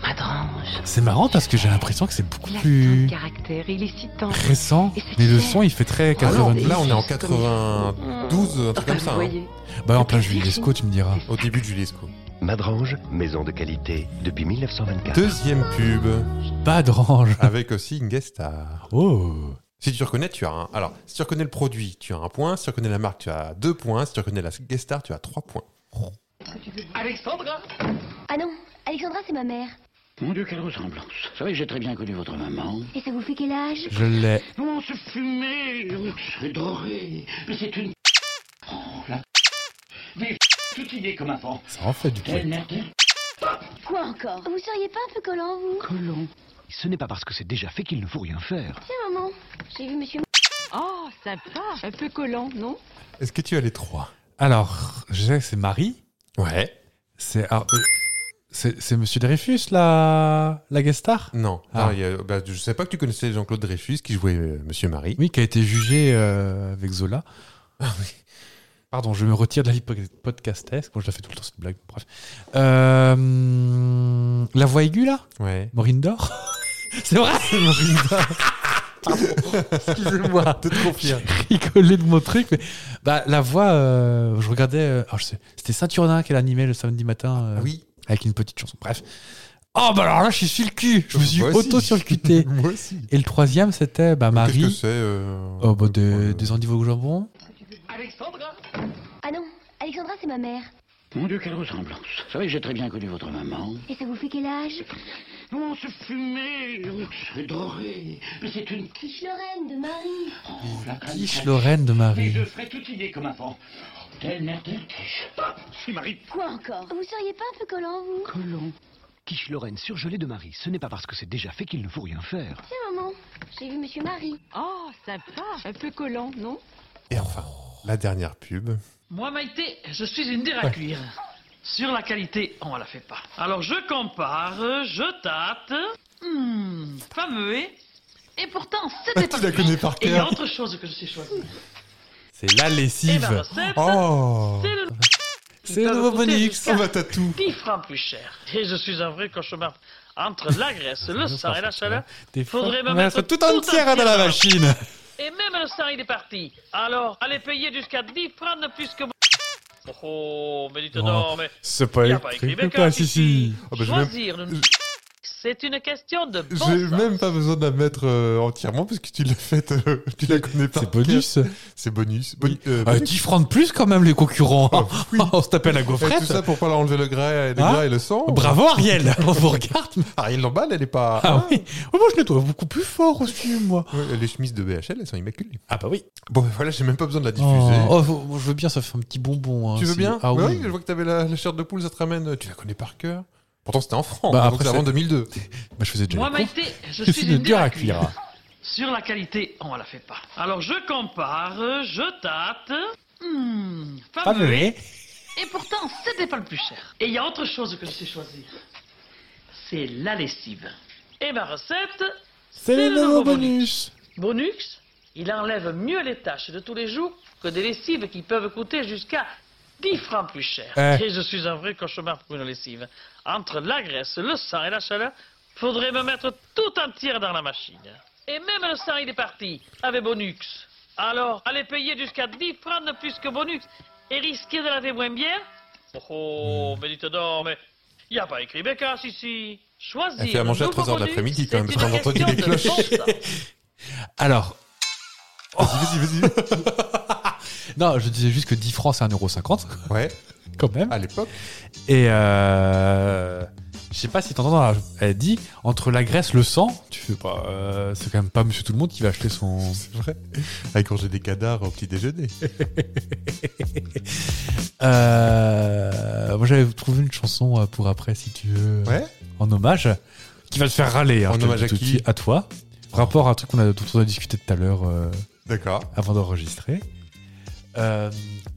F: Madrange.
D: C'est marrant parce que j'ai l'impression que c'est beaucoup
F: Il a tant de
D: plus
F: caractère, il est si tendre.
D: récent, mais le son il fait très
E: Ah non,
D: 90.
E: là, on est en 92, un truc
F: Enfin,
E: comme ça.
F: vous
E: hein. Ah,
F: voyez,
D: Bah en plein Juliesco, tu me diras.
E: Au début de Juliesco.
G: Madrange, maison de qualité depuis 1924.
E: Deuxième pub,
D: Madrange.
E: avec aussi une guest star.
D: Oh.
E: Si tu reconnais, tu as un. Alors, si tu reconnais le produit, tu as un point. Si tu reconnais la marque, tu as deux points. Si tu reconnais la guest star, tu as trois points.
H: Alexandra
I: Ah non, Alexandra, c'est ma mère.
H: Mon Dieu, quelle ressemblance. C'est vrai que j'ai très bien connu votre maman.
I: Et ça vous fait quel âge
D: Je l'ai.
H: Oh, ce fumé C'est doré Mais c'est une... Oh, la... Mais tout idée comme avant.
D: Ça en fait du
H: Quelle
D: poète.
H: merde
I: Quoi encore Vous seriez pas un peu collant, vous
H: Colon.
G: Ce n'est pas parce que c'est déjà fait qu'il ne faut rien faire.
I: Tiens, maman, j'ai vu monsieur...
F: Oh, sympa. Un peu collant, non
E: Est-ce que tu as les trois
D: Alors, je sais que c'est Marie.
E: Ouais.
D: C'est ah, euh, c'est c'est Monsieur Dreyfus la la guest star.
E: Non.
D: Ah.
E: Non, il y a- bah, je ne savais pas que tu connaissais Jean-Claude Dreyfus qui jouait euh, Monsieur Marie.
D: Oui, qui a été jugé euh, avec Zola. Ah Pardon, je me retire de la vie po- podcastesque. Bon, je la fais tout le temps cette blague. Bref. Euh, la voix aiguë là,
E: Ouais.
D: Maureen Dor. C'est vrai, c'est Maureen Dor. Excusez-moi.
E: Te te confirme.
D: rigoler de mon truc. Mais... Bah, la voix, euh, je regardais. euh, alors, je sais- c'était Saint-Urnin qu'elle animait le samedi matin. euh,
E: Ah Oui.
D: Avec une petite chanson. Bref. Oh, bah alors là, je suis sur le cul. Je me suis
E: Moi aussi.
D: auto sur le cuté.
E: Moi aussi.
D: Et le troisième, c'était bah,
E: Qu'est-ce que
D: Marie.
E: c'est euh,
D: Oh, bah, des,
E: euh,
D: des endives au jambon.
H: Alexandra
I: Ah non, Alexandra, c'est ma mère.
H: Mon Dieu, quelle ressemblance. C'est vrai que j'ai très bien connu votre maman.
I: Et ça vous fait quel âge
H: Oh, ce fumé C'est doré Mais c'est une...
I: Lorraine de Marie.
H: Oh, la
D: Quiche Lorraine de
H: Mais
D: Marie.
H: je ferai toute idée comme avant. Quelle merde C'est Marie
I: Quoi encore Vous seriez pas un peu collant, vous
H: Colon.
G: Quiche Lorraine surgelée de Marie, ce n'est pas parce que c'est déjà fait qu'il ne faut rien faire.
I: Tiens, maman, j'ai vu monsieur Marie.
F: Oh, sympa. Un peu collant, non
E: Et enfin, oh, la dernière pub.
J: Moi, Maïté, je suis une déraclure. à cuire. Sur la qualité, on la fait pas. Alors je compare, je tâte. Hmm, fameux, eh Et pourtant,
D: Ah,
J: c'était pas
E: Ah, Tu la
J: fini.
E: connais par
J: Et il y a
E: cœur.
J: autre chose que je sais choisir.
D: C'est la
J: Et ma
D: lessive.
J: recette,
E: Oh
J: ben, c'est le...
D: C'est le nouveau bonus.
E: Ça va, t'as tout.
J: 10 francs plus cher. Et je suis un vrai cauchemar. Entre la graisse, le sang et la chaleur,
D: Des
J: Faudrait
D: fois,
J: me
D: ouais,
J: mettre
D: tout
J: tout
D: entière
J: entière
D: dans la
J: dans-
D: machine.
J: et même le sang, il est parti. Alors, allez payer jusqu'à 10 francs de plus que vous. Oh, mais dites
D: Non.
J: donc, mais...
D: C'est pas
J: Y a pas écrit
D: écrit.
J: Becca,
D: Pas, si, si.
J: ici.
E: Ah bah, j'ai même-
J: Choisir, le- c'est une question de bon
E: J'ai
J: sens.
E: même pas besoin de la mettre euh, entièrement parce que tu l'as faite, euh, tu la connais pas.
D: C'est bonus.
E: C'est bonus. Bon- euh,
D: Ah,
E: bonus.
D: 10 francs de plus quand même, les concurrents. On se tapait la
E: Ah, Et tout
D: gaufrette.
E: ça pour pas leur enlever le gras, et le
D: Hein
E: gras et le sang.
D: Bravo Ariel, on vous regarde. mais-
E: Ariel Lamballe, elle est pas.
D: Ah oui, Oh, moi je le trouve beaucoup plus fort aussi, moi.
E: Ouais, les chemises de BHL, elles sont immaculées.
D: Ah bah oui.
E: Bon, ben voilà, j'ai même pas besoin de la diffuser.
D: Oh, oh, faut- moi, je veux bien, ça fait un petit bonbon. hein,
E: tu veux
D: si-
E: bien
D: Ah
E: Ouais,
D: oui.
E: Je vois que t'avais la, la chair de poule, ça te ramène. euh, Tu la connais par cœur. Pourtant, c'était en France.
D: Bah,
E: donc
D: après,
E: c'est avant
D: c'est-
E: 2002.
D: Bah, je faisais déjà.
J: Moi,
D: les cons.
J: Maïté, je
D: Je
J: suis une dure à cuire.
D: cuire.
J: Sur la qualité, on la fait pas. Alors, je compare, je tâte. Hmm,
D: Pas
J: fameux.
D: mauvais.
J: Et pourtant, c'était pas le plus cher. Et il y a autre chose que je sais choisir. C'est la lessive. Et ma recette,
D: C'est le nouveau bonus.
J: Bonux, il enlève mieux les tâches de tous les jours que des lessives qui peuvent coûter jusqu'à 10 francs plus cher.
D: Eh.
J: Et je suis un vrai cauchemar pour une lessive. Entre la graisse, le sang et la chaleur, faudrait me mettre tout entière dans la machine. Et même le sang, il est parti, avec Bonux. Alors, allez payer jusqu'à 10 francs de plus que Bonux et risquer de laver moins bien Oh, oh mais dites donc, mais il n'y a pas écrit Bécasse ici. Choisir.
E: Elle fait à manger à
J: le nouveau
E: 3 heures de
J: Bonux,
E: l'après-midi, quand même,
J: c'est
E: parce qu'on
J: une
E: entend des
J: question de
E: cloches.
J: bon sens.
D: Alors,
E: Vas-y, vas-y, vas-y.
D: non, je disais juste que 10 francs c'est 1,50€.
E: ouais.
D: quand même.
E: À l'époque.
D: Et euh, je sais pas si t'entends, dans la- elle dit entre la graisse, le sang, tu fais pas. euh, c'est quand même pas Monsieur Tout le Monde qui va acheter son.
E: C'est vrai. À j'ai des cadavres au petit déjeuner.
D: Euh, moi j'avais trouvé une chanson euh, pour après si tu veux. euh,
E: Ouais.
D: En hommage, qui va te faire râler. hein,
E: En
D: je te le
E: hommage
D: dis
E: à
D: tout de
E: qui
D: suite, À toi. Rapport à un truc qu'on a, dont on a discuté tout à l'heure euh,
E: D'accord.
D: avant d'enregistrer. Euh,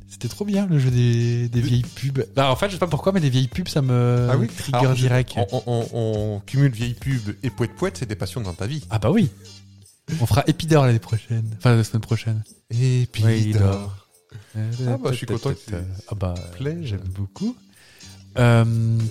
D: C'était trop bien le jeu des, des vieilles pubs. Bah, en fait, je sais pas pourquoi, mais les vieilles pubs ça me
E: Ah oui.
D: trigger
E: Alors, je-
D: direct.
E: On, on- on- on cumule vieille pub et poète poète, c'est des passions dans ta vie.
D: Ah bah oui. On fera Épidore l'année prochaine. Enfin, la semaine prochaine.
E: Et puis
D: Oui, il
E: dort.
D: dort.
E: Ah bah, je suis content que tu-
D: Ah bah,
E: plaise.
D: j'aime beaucoup. Euh,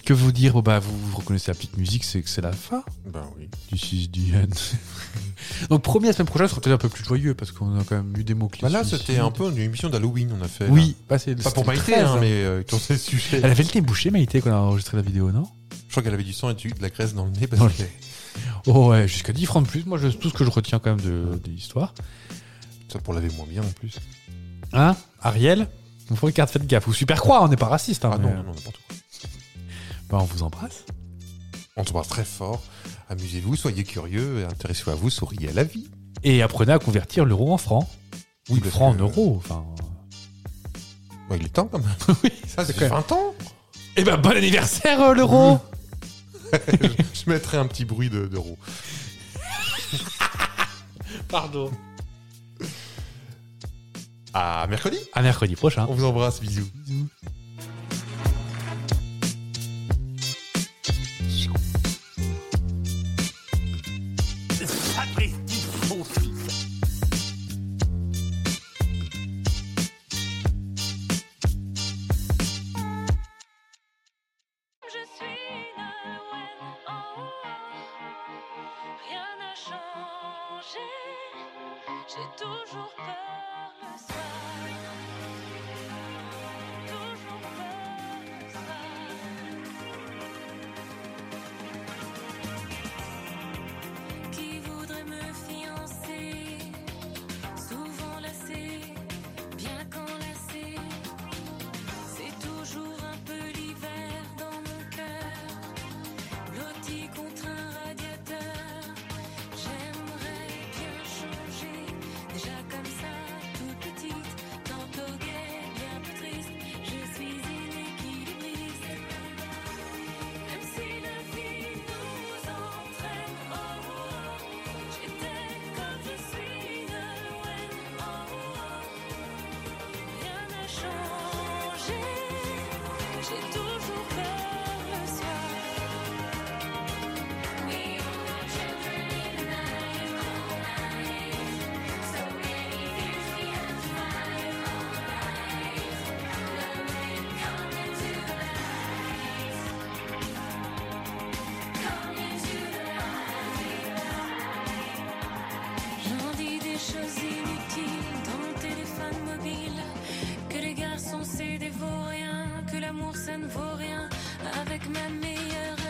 D: que vous dire Bon bah, vous, vous reconnaissez la petite musique, c'est que c'est la fin
E: Ben oui.
D: du 6 du N. Donc, premier, la semaine prochaine, ce sera peut-être un peu plus joyeux parce qu'on a quand même eu des mots-clés.
E: Bah là,
D: suicides.
E: c'était un peu une émission d'Halloween, on a fait.
D: Oui, bah, c'est-
E: là. Pas pour
D: c'était
E: Maïté,
D: très,
E: hein,
D: hein.
E: mais euh, sur ces sujets.
D: Elle avait le nez bouché, Maïté, quand on a enregistré la vidéo, non
E: Je crois qu'elle avait du sang et du- de la graisse dans le nez.
D: Dans
E: Parce
D: le
E: que
D: Oh ouais, jusqu'à 10 francs de plus. Moi, je, tout ce que je retiens quand même de, de l'histoire.
E: ça, pour laver moins bien en plus.
D: Hein Ariel On faut regarder, faites gaffe. Ou Super Croix, on n'est pas raciste. Hein,
E: Ah
D: mais-
E: non, non, non, n'importe quoi.
D: Bah, on vous embrasse.
E: On se parle très fort. Amusez-vous, soyez curieux, intéressez-vous à vous, souriez à la vie.
D: Et apprenez à convertir l'euro en franc.
E: Oui,
D: Oui,
E: parce
D: franc en
E: que-
D: euros. Enfin.
E: Bon, il est temps quand même. Ça, c'est
D: quand même-
E: 20 ans.
D: Eh ben, bon anniversaire, euh, l'euro
E: Mmh. je, je mettrai un petit bruit de- d'euro.
D: Pardon.
E: à mercredi.
D: À mercredi prochain.
E: On vous embrasse. Bisous. Bisous.
B: Je suis Noël en Rien n'a changé. J'ai toujours peur le soir. Toujours peur le soir. Qui voudrait me fiancer? Souvent lassé, bien qu'enlacé. C'est toujours un peu l'hiver dans mon cœur, blotti contre un radiateur. J'aimerais bien changer, déjà comme ça, toute petite, tantôt gaie, bien plus triste. Je suis inéquilibriste, même si la vie nous entraîne. Oh, j'étais comme je suis Noël. Rien n'a changé, j'ai toujours peur le soir. We are children in the night, all night. So many things we have tried, all right. Love it, come into the light. Come into the light. J'en dis des choses inutiles dans le téléphone mobile. Que les garçons c'est des vauriens, que l'amour ça ne vaut rien. Avec ma meilleure Oh, Oh,